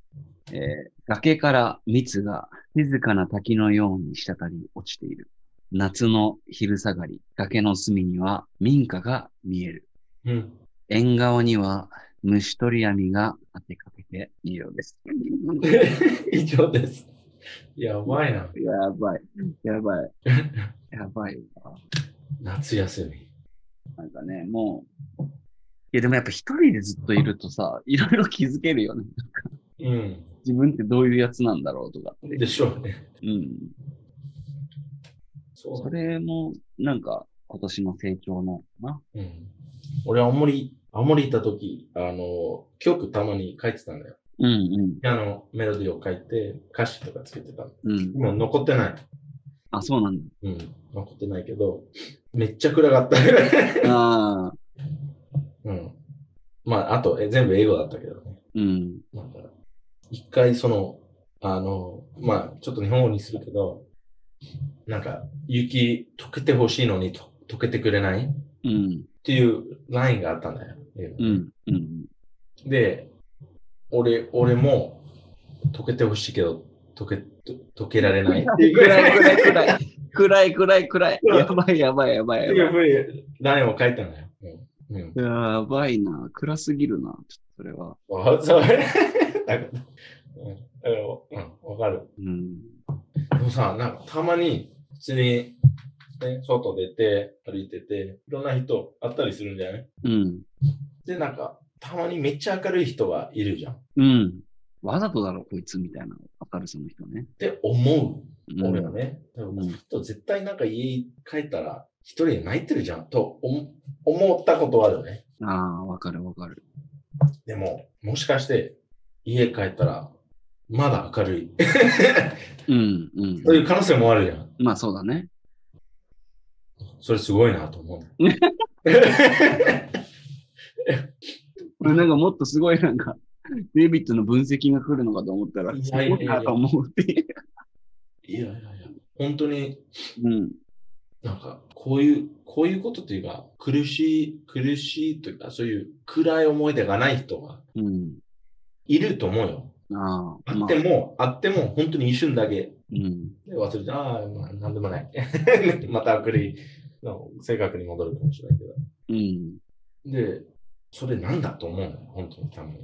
[SPEAKER 1] えー崖から蜜が静かな滝のように滴り落ちている。夏の昼下がり、崖の隅には民家が見える。
[SPEAKER 2] うん。 [laughs]
[SPEAKER 1] 縁側には虫取り網が当てかけているようです。 [laughs]
[SPEAKER 2] 以上です。やばいな。 [laughs]
[SPEAKER 1] やばい。やばい。やばいわ。
[SPEAKER 2] 夏休み。
[SPEAKER 1] なんかね、もう。いや、でもやっぱ一人でずっといるとさ、いろいろ気づけるよね。
[SPEAKER 2] うん。
[SPEAKER 1] 自分ってどういうやつなんだろうとかって。
[SPEAKER 2] でしょうね。
[SPEAKER 1] うん。
[SPEAKER 2] そ
[SPEAKER 1] そう
[SPEAKER 2] だね。
[SPEAKER 1] れも、なんか、今年の成長のな。
[SPEAKER 2] うん。俺、青森、青森行った時、あの、曲たまに書いてたんだよ。
[SPEAKER 1] うんうん。
[SPEAKER 2] あの、メロディーを書いて、歌詞とかつけてたの。
[SPEAKER 1] うん。
[SPEAKER 2] もう残ってない。
[SPEAKER 1] あ、そうなんだ。
[SPEAKER 2] うん。残ってないけど、めっちゃ暗かった。
[SPEAKER 1] ああ、
[SPEAKER 2] [laughs] うん。まあ、あと、え全部英語だったけどね。
[SPEAKER 1] うん。
[SPEAKER 2] なんか、一回その、あの、まあ、ちょっと日本語にするけど、なんか、雪溶けてほしいのにと溶けてくれないっ
[SPEAKER 1] うん。
[SPEAKER 2] ていうラインがあったんだよ。英語
[SPEAKER 1] うん。うん。
[SPEAKER 2] で、俺、俺も溶けてほしいけど、溶け、溶けられないっていうぐら
[SPEAKER 1] [laughs] 暗
[SPEAKER 2] い
[SPEAKER 1] い暗い暗い。暗い暗い暗い。やばいやばいや [laughs] ばい
[SPEAKER 2] って
[SPEAKER 1] や
[SPEAKER 2] いう
[SPEAKER 1] ば
[SPEAKER 2] ふうにラインを書いたのよ。うん。う
[SPEAKER 1] い。
[SPEAKER 2] ん
[SPEAKER 1] やばいな。暗すぎるな。ちょっとそれは。
[SPEAKER 2] わそれ [laughs] だからうんだから、うん、わかる。
[SPEAKER 1] うん。
[SPEAKER 2] でもさ、なんかたまに、普通に、ね、外出て、歩いてて、いろんな人会ったりするんじゃない
[SPEAKER 1] うん。
[SPEAKER 2] で、なんか、たまにめっちゃ明るい人がいるじゃん。っ
[SPEAKER 1] うん。わざとだろ、こいつみたいな。明るさの人ね。
[SPEAKER 2] て思
[SPEAKER 1] う
[SPEAKER 2] う、
[SPEAKER 1] ん、
[SPEAKER 2] 俺はね。でも
[SPEAKER 1] うん
[SPEAKER 2] ちょっと絶対なんか家帰ったら、一人で泣いてるじゃん、と思思ったことはあるよね。
[SPEAKER 1] ああ、わかるわかる。
[SPEAKER 2] でも、もしかして、家帰ったら、まだ明るい。 [laughs]
[SPEAKER 1] うん。うん。
[SPEAKER 2] という可能性もあるじゃん。
[SPEAKER 1] まあそうだね。
[SPEAKER 2] それすごいなと思う。
[SPEAKER 1] これなんかもっとすごいなんか、デイビッドの分析が来るのかと思ったら、
[SPEAKER 2] い
[SPEAKER 1] す
[SPEAKER 2] やいやいや
[SPEAKER 1] ごいなと思うっていう。
[SPEAKER 2] いやいやいや、本当に
[SPEAKER 1] うん。
[SPEAKER 2] なんか、こういう、こういうことっていうか、苦しい、苦しいというか、そういう暗い思い出がない人が
[SPEAKER 1] うん。
[SPEAKER 2] いると思うよ。
[SPEAKER 1] ああ、
[SPEAKER 2] あ
[SPEAKER 1] ま
[SPEAKER 2] っ
[SPEAKER 1] あ
[SPEAKER 2] て、も、あっても、本当に一瞬だけ。
[SPEAKER 1] うん。
[SPEAKER 2] で忘れて、ああ、まあ、なんでもない。 [laughs] また明るい、の性格に戻るかもしれないけど。
[SPEAKER 1] うん。
[SPEAKER 2] で、それなんだと思うのよ、本当にたまに。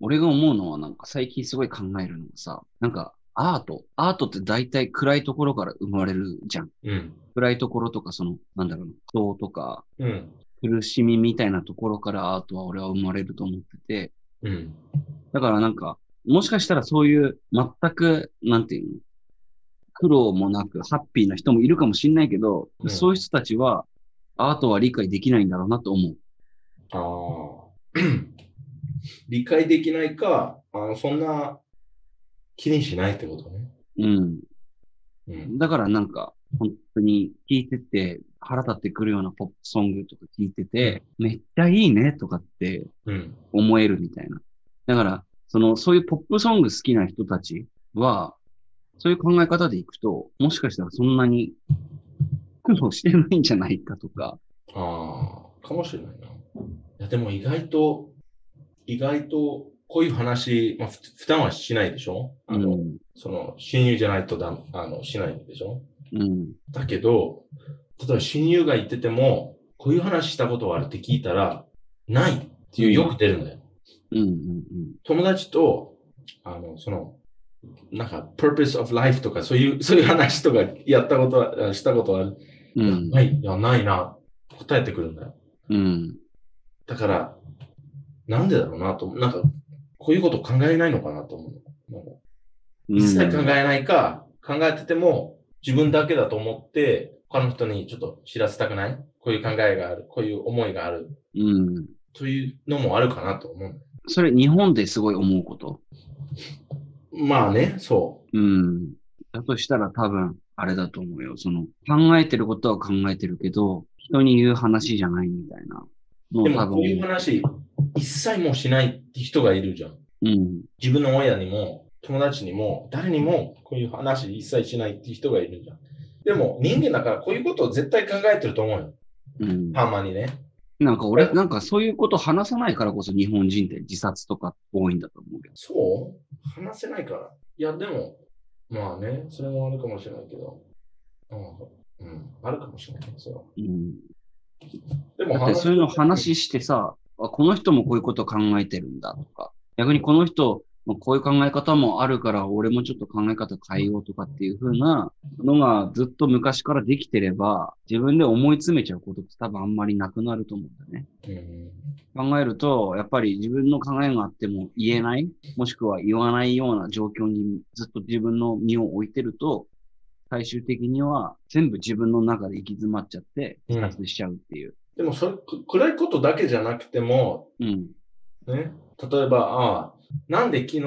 [SPEAKER 1] 俺が思うのはなんか最近すごい考えるのがさ、なんかアート、アートって大体暗いところから生まれるじゃん。
[SPEAKER 2] うん。
[SPEAKER 1] 暗いところとかその、なんだろうな、苦闘とか
[SPEAKER 2] うん。
[SPEAKER 1] 苦しみみたいなところからアートは俺は生まれると思ってて、
[SPEAKER 2] うん。
[SPEAKER 1] だからなんか、もしかしたらそういう全く、なんていうの、苦労もなくハッピーな人もいるかもしんないけど、
[SPEAKER 2] うん
[SPEAKER 1] そういう人たちはアートは理解できないんだろうなと思う。
[SPEAKER 2] ああ。 [coughs] 理解できないか、あの、そんな気にしないってことね。
[SPEAKER 1] うん。
[SPEAKER 2] うん。
[SPEAKER 1] だからなんか、本当に聞いてて、腹立ってくるようなポップソングとか聞いてて、めっちゃいいねとかって
[SPEAKER 2] うん。
[SPEAKER 1] 思えるみたいな。だから、その、そういうポップソング好きな人たちは、そういう考え方でいくと、もしかしたらそんなに苦労してないんじゃないかとか。
[SPEAKER 2] ああ、かもしれないな。いや、でも意外と、意外と、こういう話、まあ、ふ普段はしないでしょあの、
[SPEAKER 1] うん。
[SPEAKER 2] その、親友じゃないとだ、あの、しないでしょ
[SPEAKER 1] うん。
[SPEAKER 2] だけど、例えば親友が言ってても、こういう話したことがあるって聞いたら、ないっていう、よく出るんだよ。
[SPEAKER 1] うん。うん。
[SPEAKER 2] 友達と、あの、その、なんか、purpose of life とか、そういう、そういう話とか、やったことは、あしたことはある。
[SPEAKER 1] う
[SPEAKER 2] い
[SPEAKER 1] ん。
[SPEAKER 2] や
[SPEAKER 1] うん。
[SPEAKER 2] ない、いや、ないな。答えてくるんだよ。
[SPEAKER 1] うん。
[SPEAKER 2] だから、なんでだろうなと思う。なんか、こういうこと考えないのかなと思う。なんか
[SPEAKER 1] うん
[SPEAKER 2] 一切考えないか、考えてても、自分だけだと思って、他の人にちょっと知らせたくないこういう考えがある。こういう思いがある。
[SPEAKER 1] うん。
[SPEAKER 2] というのもあるかなと思う。
[SPEAKER 1] それ日本ですごい思うこと。
[SPEAKER 2] まあね、そ
[SPEAKER 1] うん。だとしたら多分、あれだと思うよ。その、考えてることは考えてるけど、人に言う話じゃないみたいなの
[SPEAKER 2] う。
[SPEAKER 1] を
[SPEAKER 2] で
[SPEAKER 1] 多
[SPEAKER 2] も、こういう
[SPEAKER 1] 分、
[SPEAKER 2] 話、一切もうしないって人がいるじゃん。
[SPEAKER 1] うん。
[SPEAKER 2] 自分の親にも、友達にも、誰にも、こういう話一切しないって人がいるじゃん。でも、人間だからこういうことを絶対考えてると思うよ。
[SPEAKER 1] うん。
[SPEAKER 2] たまにね。
[SPEAKER 1] なんか俺、
[SPEAKER 2] え
[SPEAKER 1] なんかそういうこと話さないからこそ日本人って自殺とか多いんだと思うけど。
[SPEAKER 2] そう話せないから。いや、でも、まあね、それもあるかもしれないけど。うん、うん、あるかもしれない。そ
[SPEAKER 1] うん。
[SPEAKER 2] う。でも
[SPEAKER 1] だって
[SPEAKER 2] 話
[SPEAKER 1] そういうの話してさ、あこの人もこういうこと考えてるんだとか、逆にこの人、まあこういう考え方もあるから、俺もちょっと考え方変えようとかっていう風なのがずっと昔からできてれば、自分で思い詰めちゃうことって多分あんまりなくなると思うんだよね。
[SPEAKER 2] うん、
[SPEAKER 1] 考えると、やっぱり自分の考えがあっても言えない、もしくは言わないような状況にずっと自分の身を置いてると、最終的には全部自分の中で行き詰まっちゃって、
[SPEAKER 2] うん
[SPEAKER 1] 自殺しちゃうっていう。
[SPEAKER 2] でもそれ、く暗いことだけじゃなくても、
[SPEAKER 1] うん。
[SPEAKER 2] ね、例えば、ああ、なんで昨日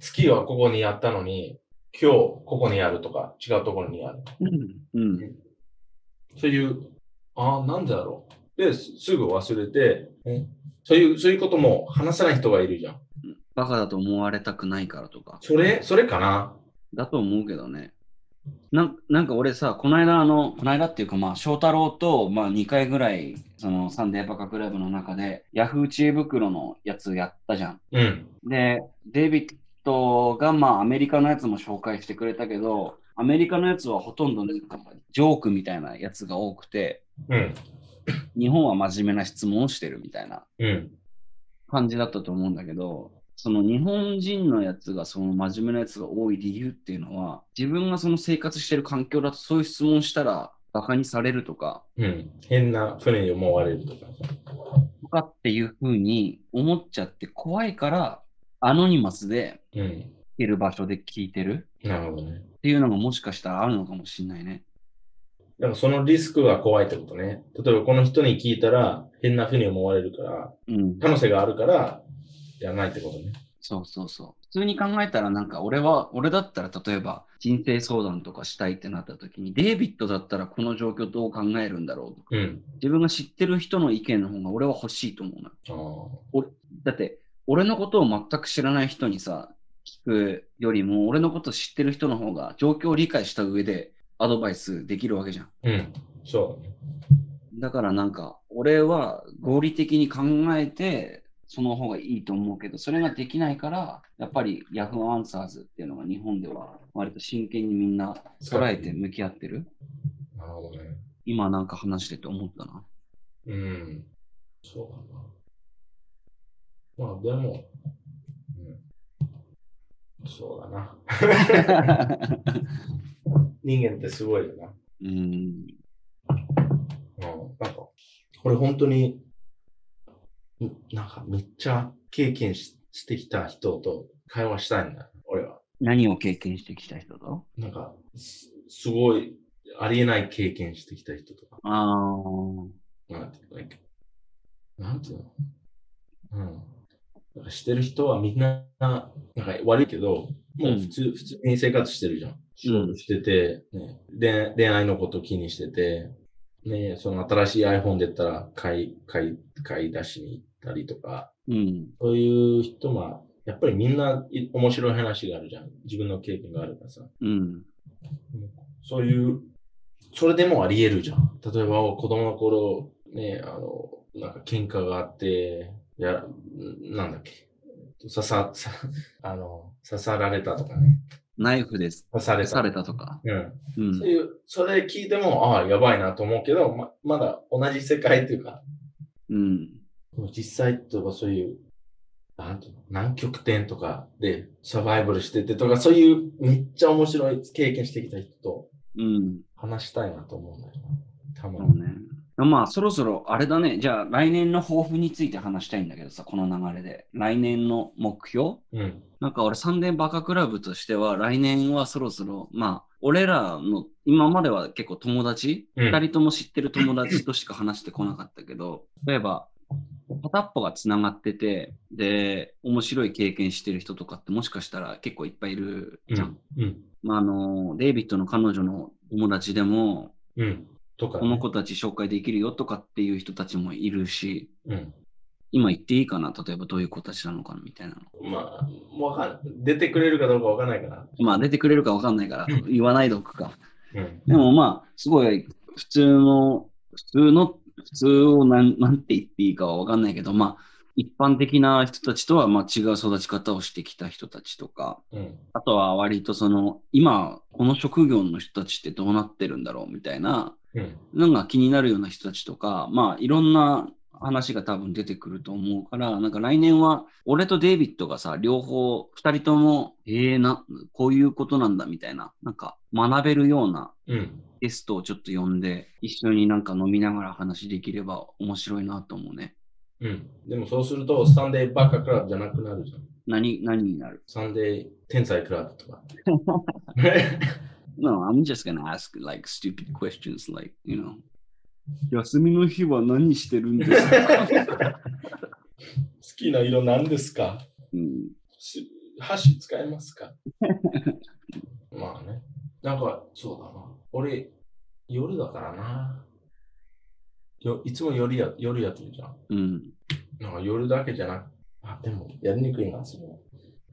[SPEAKER 2] 月はここにやったのに、今日ここにやるとか、違うところにやる。
[SPEAKER 1] うん。
[SPEAKER 2] そういう、ああ、なんでだろう。で、すすぐ忘れて、えそういう、そういうことも話せない人がいるじゃん。
[SPEAKER 1] バカだと思われたくないからとか。
[SPEAKER 2] それ、それかな
[SPEAKER 1] だと思うけどね。なんなんか俺さ、この間あの、この間っていうかまあ、翔太郎と、まあ、2回ぐらい、そのサンデーバカクラブの中で、ヤフー知恵袋のやつやったじゃん。
[SPEAKER 2] うん。
[SPEAKER 1] で、デイビッドがまあ、アメリカのやつも紹介してくれたけど、アメリカのやつはほとんど、ね、ジョークみたいなやつが多くて、
[SPEAKER 2] うん。
[SPEAKER 1] 日本は真面目な質問をしてるみたいな
[SPEAKER 2] うん。
[SPEAKER 1] 感じだったと思うんだけど、その日本人のやつがその真面目なやつが多い理由っていうのは、自分がその生活してる環境だとそういう質問したらバカにされるとか、
[SPEAKER 2] うん。変な船に思われるとか。
[SPEAKER 1] とかっていうふうに思っちゃって怖いから、アノニマスで
[SPEAKER 2] うん。
[SPEAKER 1] 聞ける場所で聞いてる
[SPEAKER 2] なるほどね。
[SPEAKER 1] っていうのがもしかしたらあるのかもしれないね。
[SPEAKER 2] だからそのリスクが怖いってことね。例えばこの人に聞いたら変な風に思われるから、
[SPEAKER 1] うん。
[SPEAKER 2] 可能性があるから、やらないってことね。
[SPEAKER 1] そうそうそう。普通に考えたらなんか俺は、俺だったら例えば人生相談とかしたいってなった時に、デイビッドだったらこの状況どう考えるんだろうとか
[SPEAKER 2] うん。
[SPEAKER 1] 自分が知ってる人の意見の方が俺は欲しいと思うのよ。
[SPEAKER 2] ああ。
[SPEAKER 1] だって、俺のことを全く知らない人にさ、聞くよりも、俺のこと知ってる人の方が状況を理解した上でアドバイスできるわけじゃん。
[SPEAKER 2] うん。そうだね。
[SPEAKER 1] だからなんか、俺は合理的に考えて、その方がいいと思うけど、それができないから、やっぱり Yahoo アンサーズっていうのが日本では割と真剣にみんな捉えて向き合ってる。
[SPEAKER 2] なるほどね。
[SPEAKER 1] 今なんか話してて思ったな。
[SPEAKER 2] うん。そうだな。まあでも、うん。そうだな。人間ってすごいよな。
[SPEAKER 1] [laughs] うん。
[SPEAKER 2] うん。なんか、これ本当に、んなんかめっちゃ経験ししてきた人と会話したいんだ、俺は。
[SPEAKER 1] 何を経験してきた人と
[SPEAKER 2] なんか、すすごい、ありえない経験してきた人とか。
[SPEAKER 1] あ
[SPEAKER 2] なんていうの、like なんていうのうん。なんかしてる人はみんな、なんか悪いけど、もう普通、普通に生活してるじゃん。仕事してて、ね、で恋愛のこと気にしてて、ね、その新しい iPhone 出たら買い、買い、買い出しに行ったりとか、
[SPEAKER 1] ーうん。
[SPEAKER 2] そういう人は、やっぱりみんない面白い話があるじゃん。自分の経験があるからさ。
[SPEAKER 1] うん。
[SPEAKER 2] そういう、それでもあり得るじゃん。例えば、子供の頃、ね、あの、なんか喧嘩があって、や、なんだっけ、刺さ、 [laughs] さ、あの、刺さられたとかね。
[SPEAKER 1] ナイフです。
[SPEAKER 2] 刺され
[SPEAKER 1] 刺
[SPEAKER 2] た。
[SPEAKER 1] されたとか。
[SPEAKER 2] う。
[SPEAKER 1] うん。
[SPEAKER 2] そうんいう、それ聞いても、ああ、やばいなと思うけど、ま、まだ同じ世界っていうか、
[SPEAKER 1] うん。
[SPEAKER 2] 実際とかそういう、なんていうの、南極点とかでサバイバルしててとか、そういうめっちゃ面白い経験してきた人と
[SPEAKER 1] うん。
[SPEAKER 2] 話したいなと思うんだよな。たま
[SPEAKER 1] そ
[SPEAKER 2] に
[SPEAKER 1] う。ね。まあ、そろそろあれだね。じゃあ、来年の抱負について話したいんだけどさ、この流れで。来年の目標
[SPEAKER 2] うん。
[SPEAKER 1] なんか俺、三年バカクラブとしては、来年はそろそろ、まあ、俺らの、今までは結構友達、
[SPEAKER 2] うん
[SPEAKER 1] 二人とも知ってる友達としか話してこなかったけど、例えば、片っぽがつながってて、で、面白い経験してる人とかってもしかしたら結構いっぱいいるじゃん。
[SPEAKER 2] うん。
[SPEAKER 1] まあ、あの、デイビッドの彼女の友達でも、
[SPEAKER 2] うん。とか、
[SPEAKER 1] この子たち紹介できるよとかっていう人たちもいるし、
[SPEAKER 2] うん。
[SPEAKER 1] 今言っていいかな例えばどういう子たちなのかなみたいなの。
[SPEAKER 2] まあ、わかん、出てくれるかどうかわかんないから。
[SPEAKER 1] まあ出てくれるかわかんないから言わないでおくか。
[SPEAKER 2] うん。
[SPEAKER 1] でもまあ、すごい普通の、普通の、普通をなんなんて言っていいかはわかんないけど、まあ、一般的な人たちとはまあ違う育ち方をしてきた人たちとか、
[SPEAKER 2] うん。
[SPEAKER 1] あとは割とその、今、この職業の人たちってどうなってるんだろうみたいな、
[SPEAKER 2] うん。
[SPEAKER 1] なんか気になるような人たちとか、まあいろんな話が多分出てくると思うから、なんか来年は俺とデイビッドがさ、両方二人とも、ええな、こういうことなんだみたいな、なんか学べるような
[SPEAKER 2] うん。
[SPEAKER 1] ゲストをちょっと呼んで、一緒になんか飲みながら話できれば面白いなと思うね。
[SPEAKER 2] うん。でもそうすると、サンデーバカクラブじゃなくなるじゃん。
[SPEAKER 1] 何、何になる
[SPEAKER 2] サンデー天才クラブと
[SPEAKER 1] [laughs]
[SPEAKER 2] か。
[SPEAKER 1] No, I'm just gonna ask like stupid questions like, you know. 休みの日は何してるんですか、
[SPEAKER 2] 好きな色なんですか
[SPEAKER 1] [laughs] うん、
[SPEAKER 2] す箸使えますかまあね。なんか、そうだな。俺、夜だからな。よいつも夜や夜やってるじゃん。
[SPEAKER 1] うん。
[SPEAKER 2] なんか夜だけじゃなく、あ、でも、やりにくいな、それは。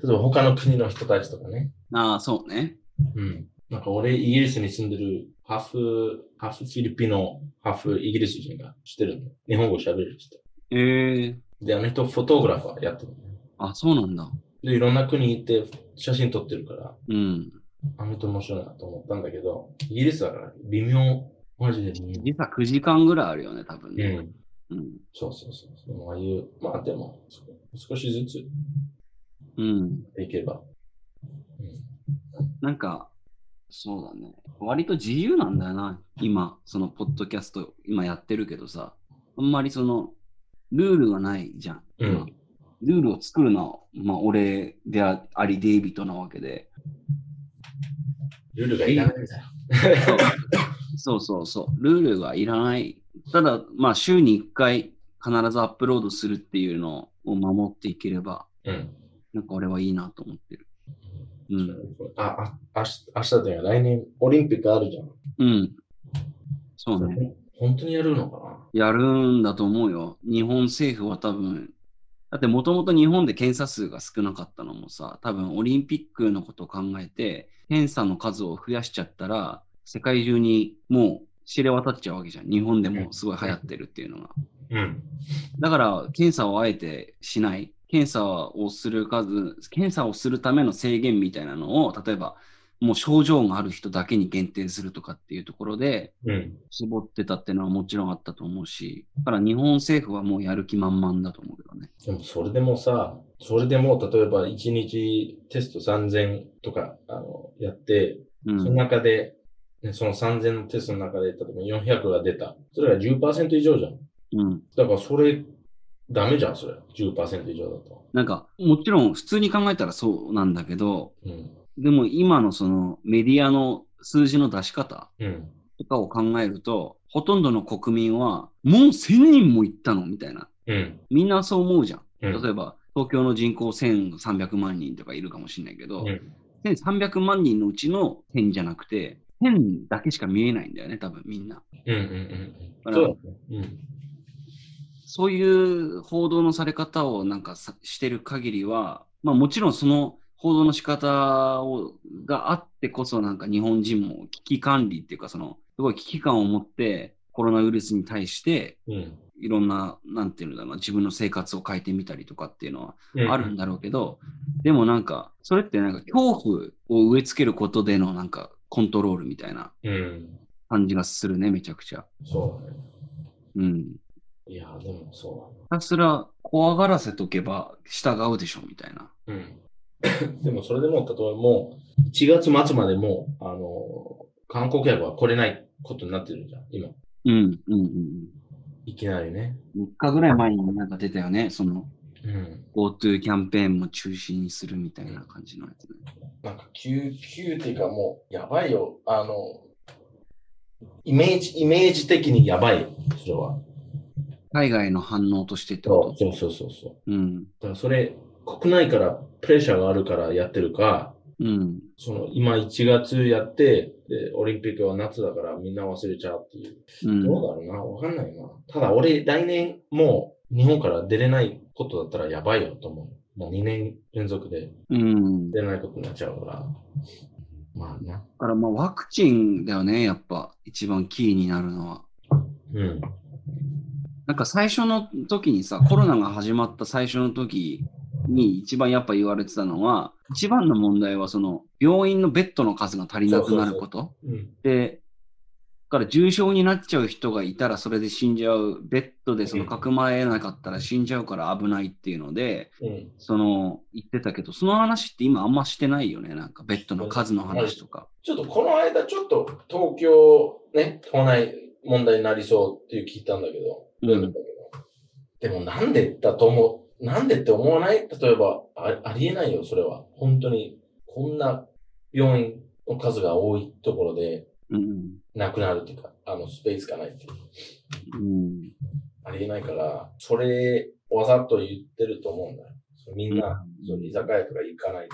[SPEAKER 2] 例えば他の国の人たちとかね。
[SPEAKER 1] ああ、そうね。
[SPEAKER 2] うん。なんか俺、イギリスに住んでる、ハーフ、ハーフフィリピノ、ハーフイギリス人がしてるの。日本語喋れる人。
[SPEAKER 1] ええ
[SPEAKER 2] で、あの人、フォトグラファーやってるのね。
[SPEAKER 1] あ、そうなんだ。
[SPEAKER 2] で、いろんな国行って写真撮ってるから、
[SPEAKER 1] うん。
[SPEAKER 2] あの人面白いなと思ったんだけど、イギリスだから微妙。マジで微妙。
[SPEAKER 1] 時差9時間ぐらいあるよね、多分
[SPEAKER 2] う
[SPEAKER 1] ね。
[SPEAKER 2] ん。
[SPEAKER 1] うん。
[SPEAKER 2] そうそうそう。でもああいう、まあでも、少しずつ
[SPEAKER 1] うん。
[SPEAKER 2] いけば。
[SPEAKER 1] なんか、そうだね。割と自由なんだよな、今、そのポッドキャスト、今やってるけどさ、あんまりその、ルールがないじゃん。
[SPEAKER 2] うん。うん。
[SPEAKER 1] ルールを作るのは、まあ、俺であり、デイビッドなわけで。
[SPEAKER 2] ルールがいらないんだよ。
[SPEAKER 1] そうそうそうそう、ルールがいらない。ただ、まあ、週に1回必ずアップロードするっていうのを守っていければ、
[SPEAKER 2] うん。
[SPEAKER 1] なんか俺はいいなと思ってる。うん。
[SPEAKER 2] あ、あ、明日、明日だよ。来年、オリンピックあるじゃん。
[SPEAKER 1] うん。そうね。
[SPEAKER 2] 本当にやるのかな
[SPEAKER 1] やるんだと思うよ。日本政府は多分、だってもともと日本で検査数が少なかったのもさ、多分オリンピックのことを考えて、検査の数を増やしちゃったら、世界中にもう知れ渡っちゃうわけじゃん。日本でもすごい流行ってるっていうのが。
[SPEAKER 2] うん。
[SPEAKER 1] だから、検査をあえてしない。検査をする数、検査をするための制限みたいなのを、例えば、もう症状がある人だけに限定するとかっていうところで、
[SPEAKER 2] うん。
[SPEAKER 1] 絞ってたっていうのはもちろんあったと思うし、だから日本政府はもうやる気満々だと思うけどね。
[SPEAKER 2] でも、それでもさ、それでも、例えば、1日テスト3000とか、あの、やって、
[SPEAKER 1] う
[SPEAKER 2] その
[SPEAKER 1] ん。
[SPEAKER 2] 中で、ね、その3000のテストの中で、例えば400が出た。それが10%以上じゃん。
[SPEAKER 1] うん。
[SPEAKER 2] だから、それ、ダメじゃん、それ。10%以上だと。
[SPEAKER 1] なんか、もちろん普通に考えたらそうなんだけど、
[SPEAKER 2] うん。
[SPEAKER 1] でも今のそのメディアの数字の出し方
[SPEAKER 2] うん。
[SPEAKER 1] とかを考えると、ほとんどの国民は、もう1000人も行ったのみたいな。
[SPEAKER 2] うん。
[SPEAKER 1] みんなそう思うじゃん。
[SPEAKER 2] うん。
[SPEAKER 1] 例えば、東京の人口1300万人とかいるかもしれないけど、
[SPEAKER 2] うん
[SPEAKER 1] 1300万人のうちの1000じゃなくて、1000だけしか見えないんだよね、多分みんな。
[SPEAKER 2] うん。うん。う
[SPEAKER 1] あら
[SPEAKER 2] ん。そうだね。うん。
[SPEAKER 1] そういう報道のされ方をなんかさしてる限りは、まあもちろんその報道の仕方をがあってこそなんか日本人も危機管理っていうかそのすごい危機感を持ってコロナウイルスに対して
[SPEAKER 2] うん。
[SPEAKER 1] いろんな、なんていうんだろうな、自分の生活を変えてみたりとかっていうのは
[SPEAKER 2] うん
[SPEAKER 1] あるんだろうけど、でもなんか、それってなんか恐怖を植え付けることでのなんかコントロールみたいな
[SPEAKER 2] うん。
[SPEAKER 1] 感じがするね、めちゃくちゃ。
[SPEAKER 2] そうだね。
[SPEAKER 1] うん。
[SPEAKER 2] いや、でもそう
[SPEAKER 1] ひたすら怖がらせとけば従うでしょ、みたいな。
[SPEAKER 2] だな。うん。 [laughs] でもそれでも、例えばもう、1月末までもう、あの、観光客は来れないことになってるじゃん、今。
[SPEAKER 1] うん、うん、うん
[SPEAKER 2] いきなりね。
[SPEAKER 1] うん。3日ぐらい前になんか出たよね、その
[SPEAKER 2] うん。
[SPEAKER 1] GoTo キャンペーンも中止にするみたいな感じのやつね。
[SPEAKER 2] なんか、急、急っていうかもう、やばいよ。あの、イメージ、イメージ的にやばい、それは。
[SPEAKER 1] 海外の反応としてってこ
[SPEAKER 2] そうそうそうそう。
[SPEAKER 1] とうん。
[SPEAKER 2] だからそれ、国内からプレッシャーがあるからやってるか、
[SPEAKER 1] うん。
[SPEAKER 2] その、今1月やって、で、オリンピックは夏だからみんな忘れちゃうっていう。
[SPEAKER 1] うん。
[SPEAKER 2] どうだろうな、わかんないな。ただ俺、来年もう日本から出れないことだったらやばいよと思う。もう2年連続で
[SPEAKER 1] うん。
[SPEAKER 2] 出れないことになっちゃうから。まあな。
[SPEAKER 1] だからまあワクチンだよね、やっぱ一番キーになるのは。
[SPEAKER 2] うん。
[SPEAKER 1] なんか最初の時にさ、コロナが始まった最初の時に一番やっぱ言われてたのは、一番の問題はその病院のベッドの数が足りなくなること。
[SPEAKER 2] うん。
[SPEAKER 1] で、だから重症になっちゃう人がいたらそれで死んじゃう、ベッドでそのかくまえなかったら死んじゃうから危ないっていうので、
[SPEAKER 2] うん。
[SPEAKER 1] その言ってたけど、その話って今あんましてないよね、なんかベッドの数の話とか。
[SPEAKER 2] ちょっとこの間、ちょっと東京、ね、都内問題になりそうっていう聞いたんだけど。
[SPEAKER 1] うん
[SPEAKER 2] でもなんでだと思う、なんでって思わない例えばあ、ありえないよ、それは。本当に、こんな病院の数が多いところで、
[SPEAKER 1] うん。
[SPEAKER 2] なくなるっていうか、あの、スペースがないっていう。
[SPEAKER 1] うん。
[SPEAKER 2] ありえないから、それ、わざと言ってると思うんだよ。そうみんな、
[SPEAKER 1] うん
[SPEAKER 2] そう居酒屋とか行かない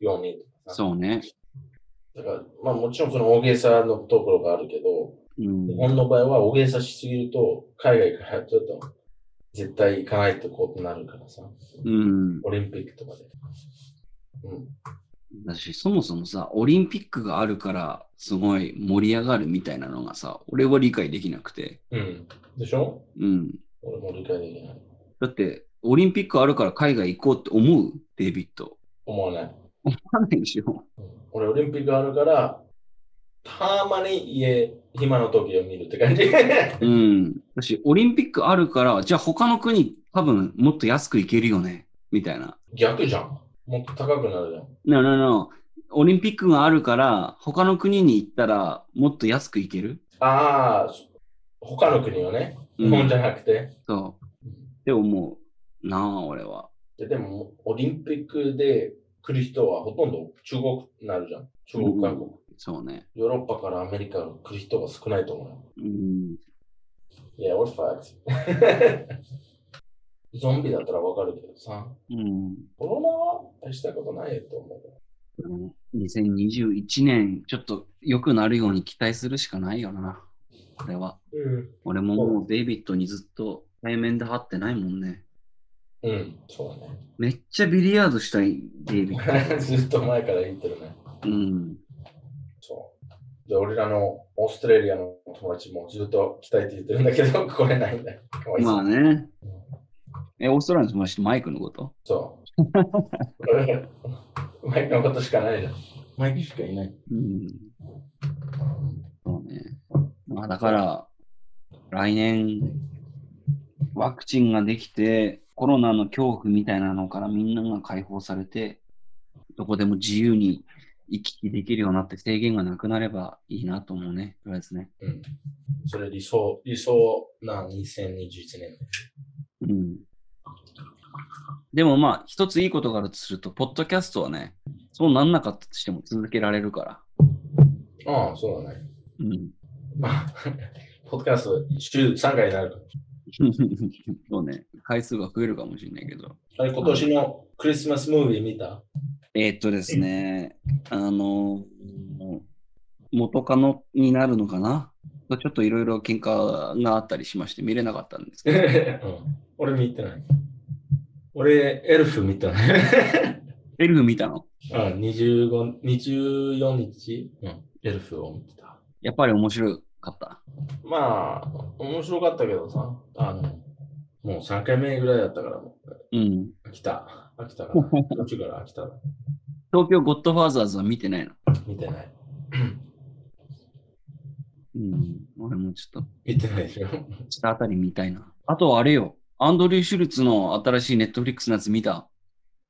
[SPEAKER 2] ようにとかさ。
[SPEAKER 1] そうね。
[SPEAKER 2] だから、まあもちろんその大げさのところがあるけど、
[SPEAKER 1] うん
[SPEAKER 2] 日本の場合は大げさしすぎると、海外からちょっと絶対行かないとこうなるからさ。
[SPEAKER 1] うん。
[SPEAKER 2] オリンピックとかで。うん。
[SPEAKER 1] だし、そもそもさ、オリンピックがあるから、すごい盛り上がるみたいなのがさ、俺は理解できなくて。
[SPEAKER 2] うん。でしょ
[SPEAKER 1] うん。
[SPEAKER 2] 俺も理解できない。
[SPEAKER 1] だって、オリンピックあるから海外行こうって思うデイビッド。
[SPEAKER 2] 思わない。
[SPEAKER 1] わかんないでしょ。
[SPEAKER 2] うん俺、オリンピックあるから、たまに家、暇の時を見るって感じ。 [laughs]
[SPEAKER 1] うん。だし、オリンピックあるから、じゃあ他の国多分もっと安く行けるよね、みたいな。
[SPEAKER 2] 逆じゃん。もっと高くなるじゃん。
[SPEAKER 1] なななオリンピックがあるから、他の国に行ったらもっと安く行ける
[SPEAKER 2] ああ、そ他の国はね、
[SPEAKER 1] うん
[SPEAKER 2] 日本じゃなくて。
[SPEAKER 1] そう。って思うなあ、俺は。
[SPEAKER 2] ででも、オリンピックで来る人はほとんど中国になるじゃん。中国、韓国。
[SPEAKER 1] そうね。
[SPEAKER 2] ヨーロッパからアメリカが来る人が少ないと思うよ。
[SPEAKER 1] うん。
[SPEAKER 2] Yeah, or facts. [laughs] ゾンビだったらわかるけどさ、
[SPEAKER 1] うん。
[SPEAKER 2] コロナは大したことないと思うよ。
[SPEAKER 1] 2021年、ちょっと良くなるように期待するしかないよな。これは。
[SPEAKER 2] うん。
[SPEAKER 1] 俺ももうデイビッドにずっと対面で会ってないもんね。
[SPEAKER 2] うん、そうだね。
[SPEAKER 1] めっちゃビリヤードしたい、デイビッ
[SPEAKER 2] [laughs] ずっと前から言ってるね。
[SPEAKER 1] ド。うん。
[SPEAKER 2] そう。で、俺らのオーストラリアの友達もずっと来たいって言ってるんだけど、 [laughs] 来れないんだよ。かわいそう。
[SPEAKER 1] まあね。え、オーストラリアの友達とマイクのこと
[SPEAKER 2] [laughs] そう。マイクのことしかないじゃん。マイクしかいない。
[SPEAKER 1] うん。そうね。まあだから、来年、ワクチンができて、コロナの恐怖みたいなのからみんなが解放されて、どこでも自由に行き来できるようになって制限がなくなればいいなと思うね。とりあえずね。
[SPEAKER 2] うん。それ理想、理想な2021年。
[SPEAKER 1] うん。でもまあ、一ついいことがあるとすると、ポッドキャストはね、そうなんなかったとしても続けられるから。
[SPEAKER 2] ああ、そうだね。
[SPEAKER 1] うん。 [laughs]
[SPEAKER 2] まあ、 [laughs] ポッドキャスト週3回になるから。
[SPEAKER 1] そうね。回数が増えるかもしれないけど。
[SPEAKER 2] あれ、今年のクリスマスムービー見た
[SPEAKER 1] えーっとですね、あの、元カノになるのかなちょっといろいろ喧嘩があったりしまして見れなかったんです
[SPEAKER 2] う
[SPEAKER 1] けど、
[SPEAKER 2] ん。俺見てない。俺、エルフ見たね。
[SPEAKER 1] エルフ見たの
[SPEAKER 2] うん、25 24日、うん、エルフを見てた。
[SPEAKER 1] やっぱり面白かった。
[SPEAKER 2] まあ、面白かったけどさ、あの、もう3回目ぐらいだったから、もう
[SPEAKER 1] うん。
[SPEAKER 2] 飽きた。飽きたから。 [laughs] 途中から飽きたな。
[SPEAKER 1] 東京ゴッドファーザーズは見てないの。
[SPEAKER 2] 見てない。
[SPEAKER 1] うん。俺もちょっ
[SPEAKER 2] 見てないでしょ。
[SPEAKER 1] と、下あたり見たいな。あとはあれよ、アンドリュー・シュルツの新しいネットフリックスのやつ見た。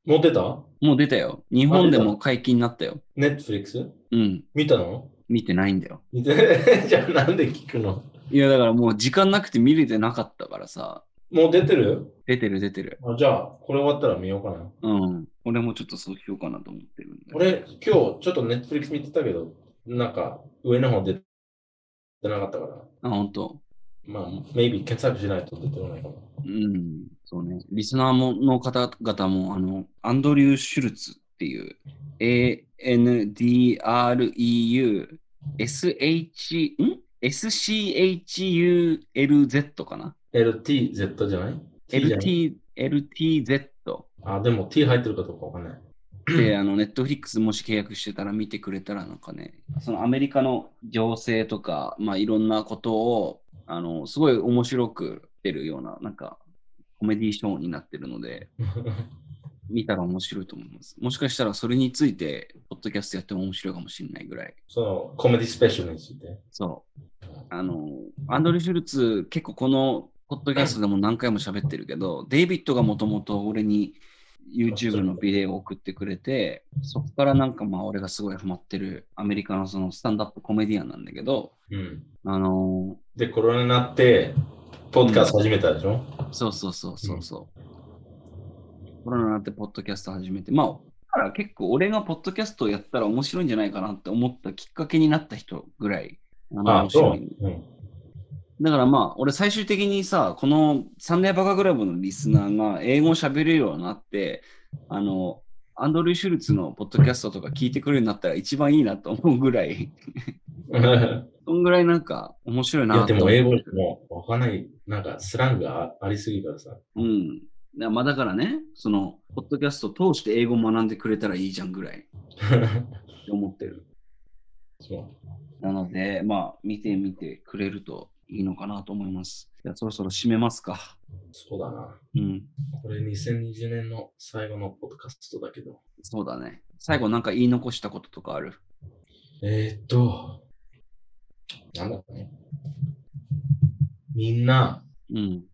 [SPEAKER 2] 持ってた
[SPEAKER 1] もう出たよ。日本でも解禁になったよ。
[SPEAKER 2] ネットフリックス
[SPEAKER 1] うん。
[SPEAKER 2] 見たの
[SPEAKER 1] 見てないんだよ。
[SPEAKER 2] 見てない。 [laughs] じゃあなんで聞くの
[SPEAKER 1] いや、だからもう時間なくて見れてなかったからさ、
[SPEAKER 2] もう出てる
[SPEAKER 1] 出てる出てる。
[SPEAKER 2] あじゃあ、これ終わったら見ようかな。
[SPEAKER 1] うん。俺もちょっとそうしようかなと思ってるんで。
[SPEAKER 2] 俺、今日ちょっとネットフリックス見てたけど、なんか上の方出てなかったから、
[SPEAKER 1] あ、本当。
[SPEAKER 2] まあ、maybe 検索しないと出てこないかも。
[SPEAKER 1] うん。そうね。リスナーもの方々も、あの、アンドリュー・シュルツっていう、ANDREU-SH、ん ?SCHULZ かな
[SPEAKER 2] LTZ じゃない T じゃない
[SPEAKER 1] ?LT、LTZ
[SPEAKER 2] あ、でも T 入ってるかどうかわかん [laughs] ない。
[SPEAKER 1] で、あの、ネットフリックスもし契約してたら見てくれたらなんかね、そのアメリカの情勢とか、まあいろんなことを、あの、すごい面白く出るような、なんか、コメディショーになってるので、見たら面白いと思います。もしかしたらそれについて、ポッドキャストやっても面白いかもしれないぐらい。
[SPEAKER 2] そのコメディスペシャルについて。
[SPEAKER 1] そう。あの、アンドリュー・シュルツ、結構この、ポッドキャストでも何回も喋ってるけど、デイビッドがもともと俺に YouTube のビデオを送ってくれて、そこからなんかまあ俺がすごいハマってるアメリカのそのスタンダップコメディアンなんだけど、
[SPEAKER 2] うん。
[SPEAKER 1] あの
[SPEAKER 2] で、コロナになって、ポッドキャスト始めたでしょ、
[SPEAKER 1] ーそうそうそうそうそう。コロナになってポッドキャスト始めて、まあ、だから結構俺がポッドキャストをやったら面白いんじゃないかなって思ったきっかけになった人ぐらい、あの
[SPEAKER 2] あ
[SPEAKER 1] 面
[SPEAKER 2] そう。
[SPEAKER 1] 白
[SPEAKER 2] う
[SPEAKER 1] い
[SPEAKER 2] ん。
[SPEAKER 1] だからまあ、俺最終的にさ、このサンデーバカクラブのリスナーが英語を喋れるようになって、あの、アンドリュー・シュルツのポッドキャストとか聞いてくれるようになったら一番いいなと思うぐらい、そんぐらいなんか面白い
[SPEAKER 2] いや、
[SPEAKER 1] な
[SPEAKER 2] で
[SPEAKER 1] と
[SPEAKER 2] も英語力もわかんない、なんかスラングがあありすぎからさ。 [laughs]
[SPEAKER 1] うん。だまあだからね、その、ポッドキャスト通して英語を学んでくれたらいいじゃんぐらいって思ってる。
[SPEAKER 2] そう。
[SPEAKER 1] なので、まあ、見てみてくれるといいのかなと思います。じゃあ、そろそろ締めますか。
[SPEAKER 2] そうだな。
[SPEAKER 1] うん。
[SPEAKER 2] これ2020年の最後のポッドキャストだけど。
[SPEAKER 1] そうだね。最後なんか言い残したこととかある
[SPEAKER 2] えー、っと、なんだろうね。みんな、
[SPEAKER 1] うん。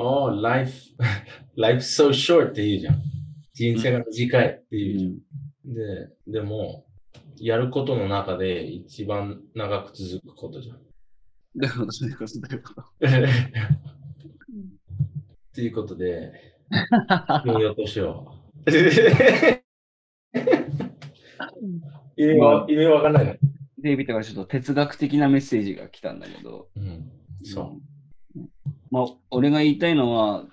[SPEAKER 2] Oh, life, [laughs] life's so short って言うじゃん。人生が短いっ
[SPEAKER 1] う
[SPEAKER 2] て言うじ
[SPEAKER 1] ん。
[SPEAKER 2] ゃん。で、でも、やることの中で一番長く続くことじゃん。
[SPEAKER 1] だから、そういうことだよ。
[SPEAKER 2] ということで、良いお年を。意味わ意味わかんないね。
[SPEAKER 1] [laughs] デイビッドからちょっと哲学的なメッセージが来たんだけど。
[SPEAKER 2] うん、そう。
[SPEAKER 1] まあ、俺が言いたいの
[SPEAKER 2] [laughs]
[SPEAKER 1] は、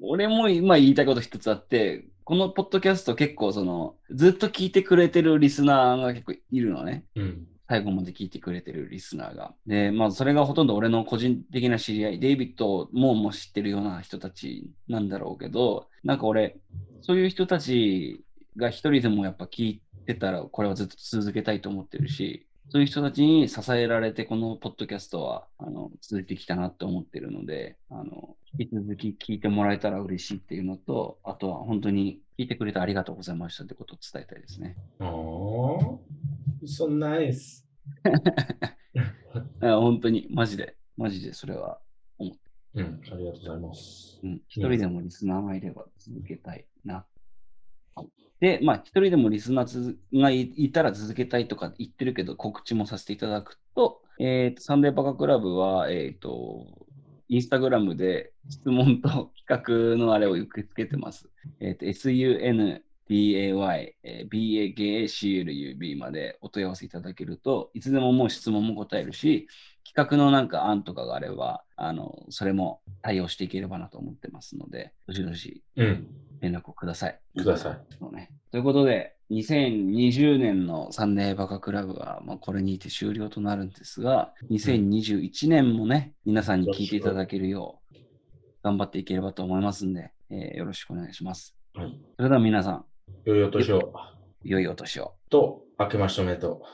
[SPEAKER 1] 俺も今言いたいこと一つあって、このポッドキャスト結構その、ずっと聞いてくれてるリスナーが結構いるのね。
[SPEAKER 2] うん。
[SPEAKER 1] 最後まで聞いてくれてるリスナーが。で、まあそれがほとんど俺の個人的な知り合い、デイビッドももう知ってるような人たちなんだろうけど、なんか俺、そういう人たちが一人でもやっぱ聞いてたら、これはずっと続けたいと思ってるし、そういう人たちに支えられて、このポッドキャストはあの続いてきたなって思ってるので、あの引き続き聞いてもらえたら嬉しいっていうのと、あとは本当に聞いてくれてありがとうございましたってことを伝えたいですね。
[SPEAKER 2] ああ、そんなナイス。
[SPEAKER 1] あ本当に、マジで、マジでそれは
[SPEAKER 2] うん、ありがとうございます。
[SPEAKER 1] うん一人でもリスナーがいれば続けたいな。で、まあ、一人でもリスナーつづがいいたら続けたいとか言ってるけど、告知もさせていただくと、えーとサンデーバカクラブは、えっ、と、インスタグラムで質問と企画のあれを受け付けてます。えっ、と、sunday, えー bagaclub までお問い合わせいただけると、いつでももう質問も答えるし、企画のなんか案とかがあれば、あの、それも対応していければなと思ってますので、どしどし
[SPEAKER 2] うん、
[SPEAKER 1] 連絡をください。
[SPEAKER 2] ください。
[SPEAKER 1] そうね。ということで、2020年のサンデーバカクラブは、まあ、これにて終了となるんですが、2021年もね、皆さんに聞いていただけるよう、頑張っていければと思いますんで、えーよろしくお願いします。
[SPEAKER 2] はい
[SPEAKER 1] それでは皆さん、
[SPEAKER 2] 良いお年を。
[SPEAKER 1] 良いお年を。
[SPEAKER 2] と、明けましておめでと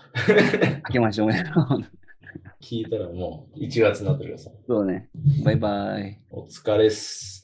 [SPEAKER 1] 明けましておめでとう。 [laughs]
[SPEAKER 2] う。聞いたらもう1月になってるからさ。
[SPEAKER 1] そうね。バイバイ。
[SPEAKER 2] お疲れっす。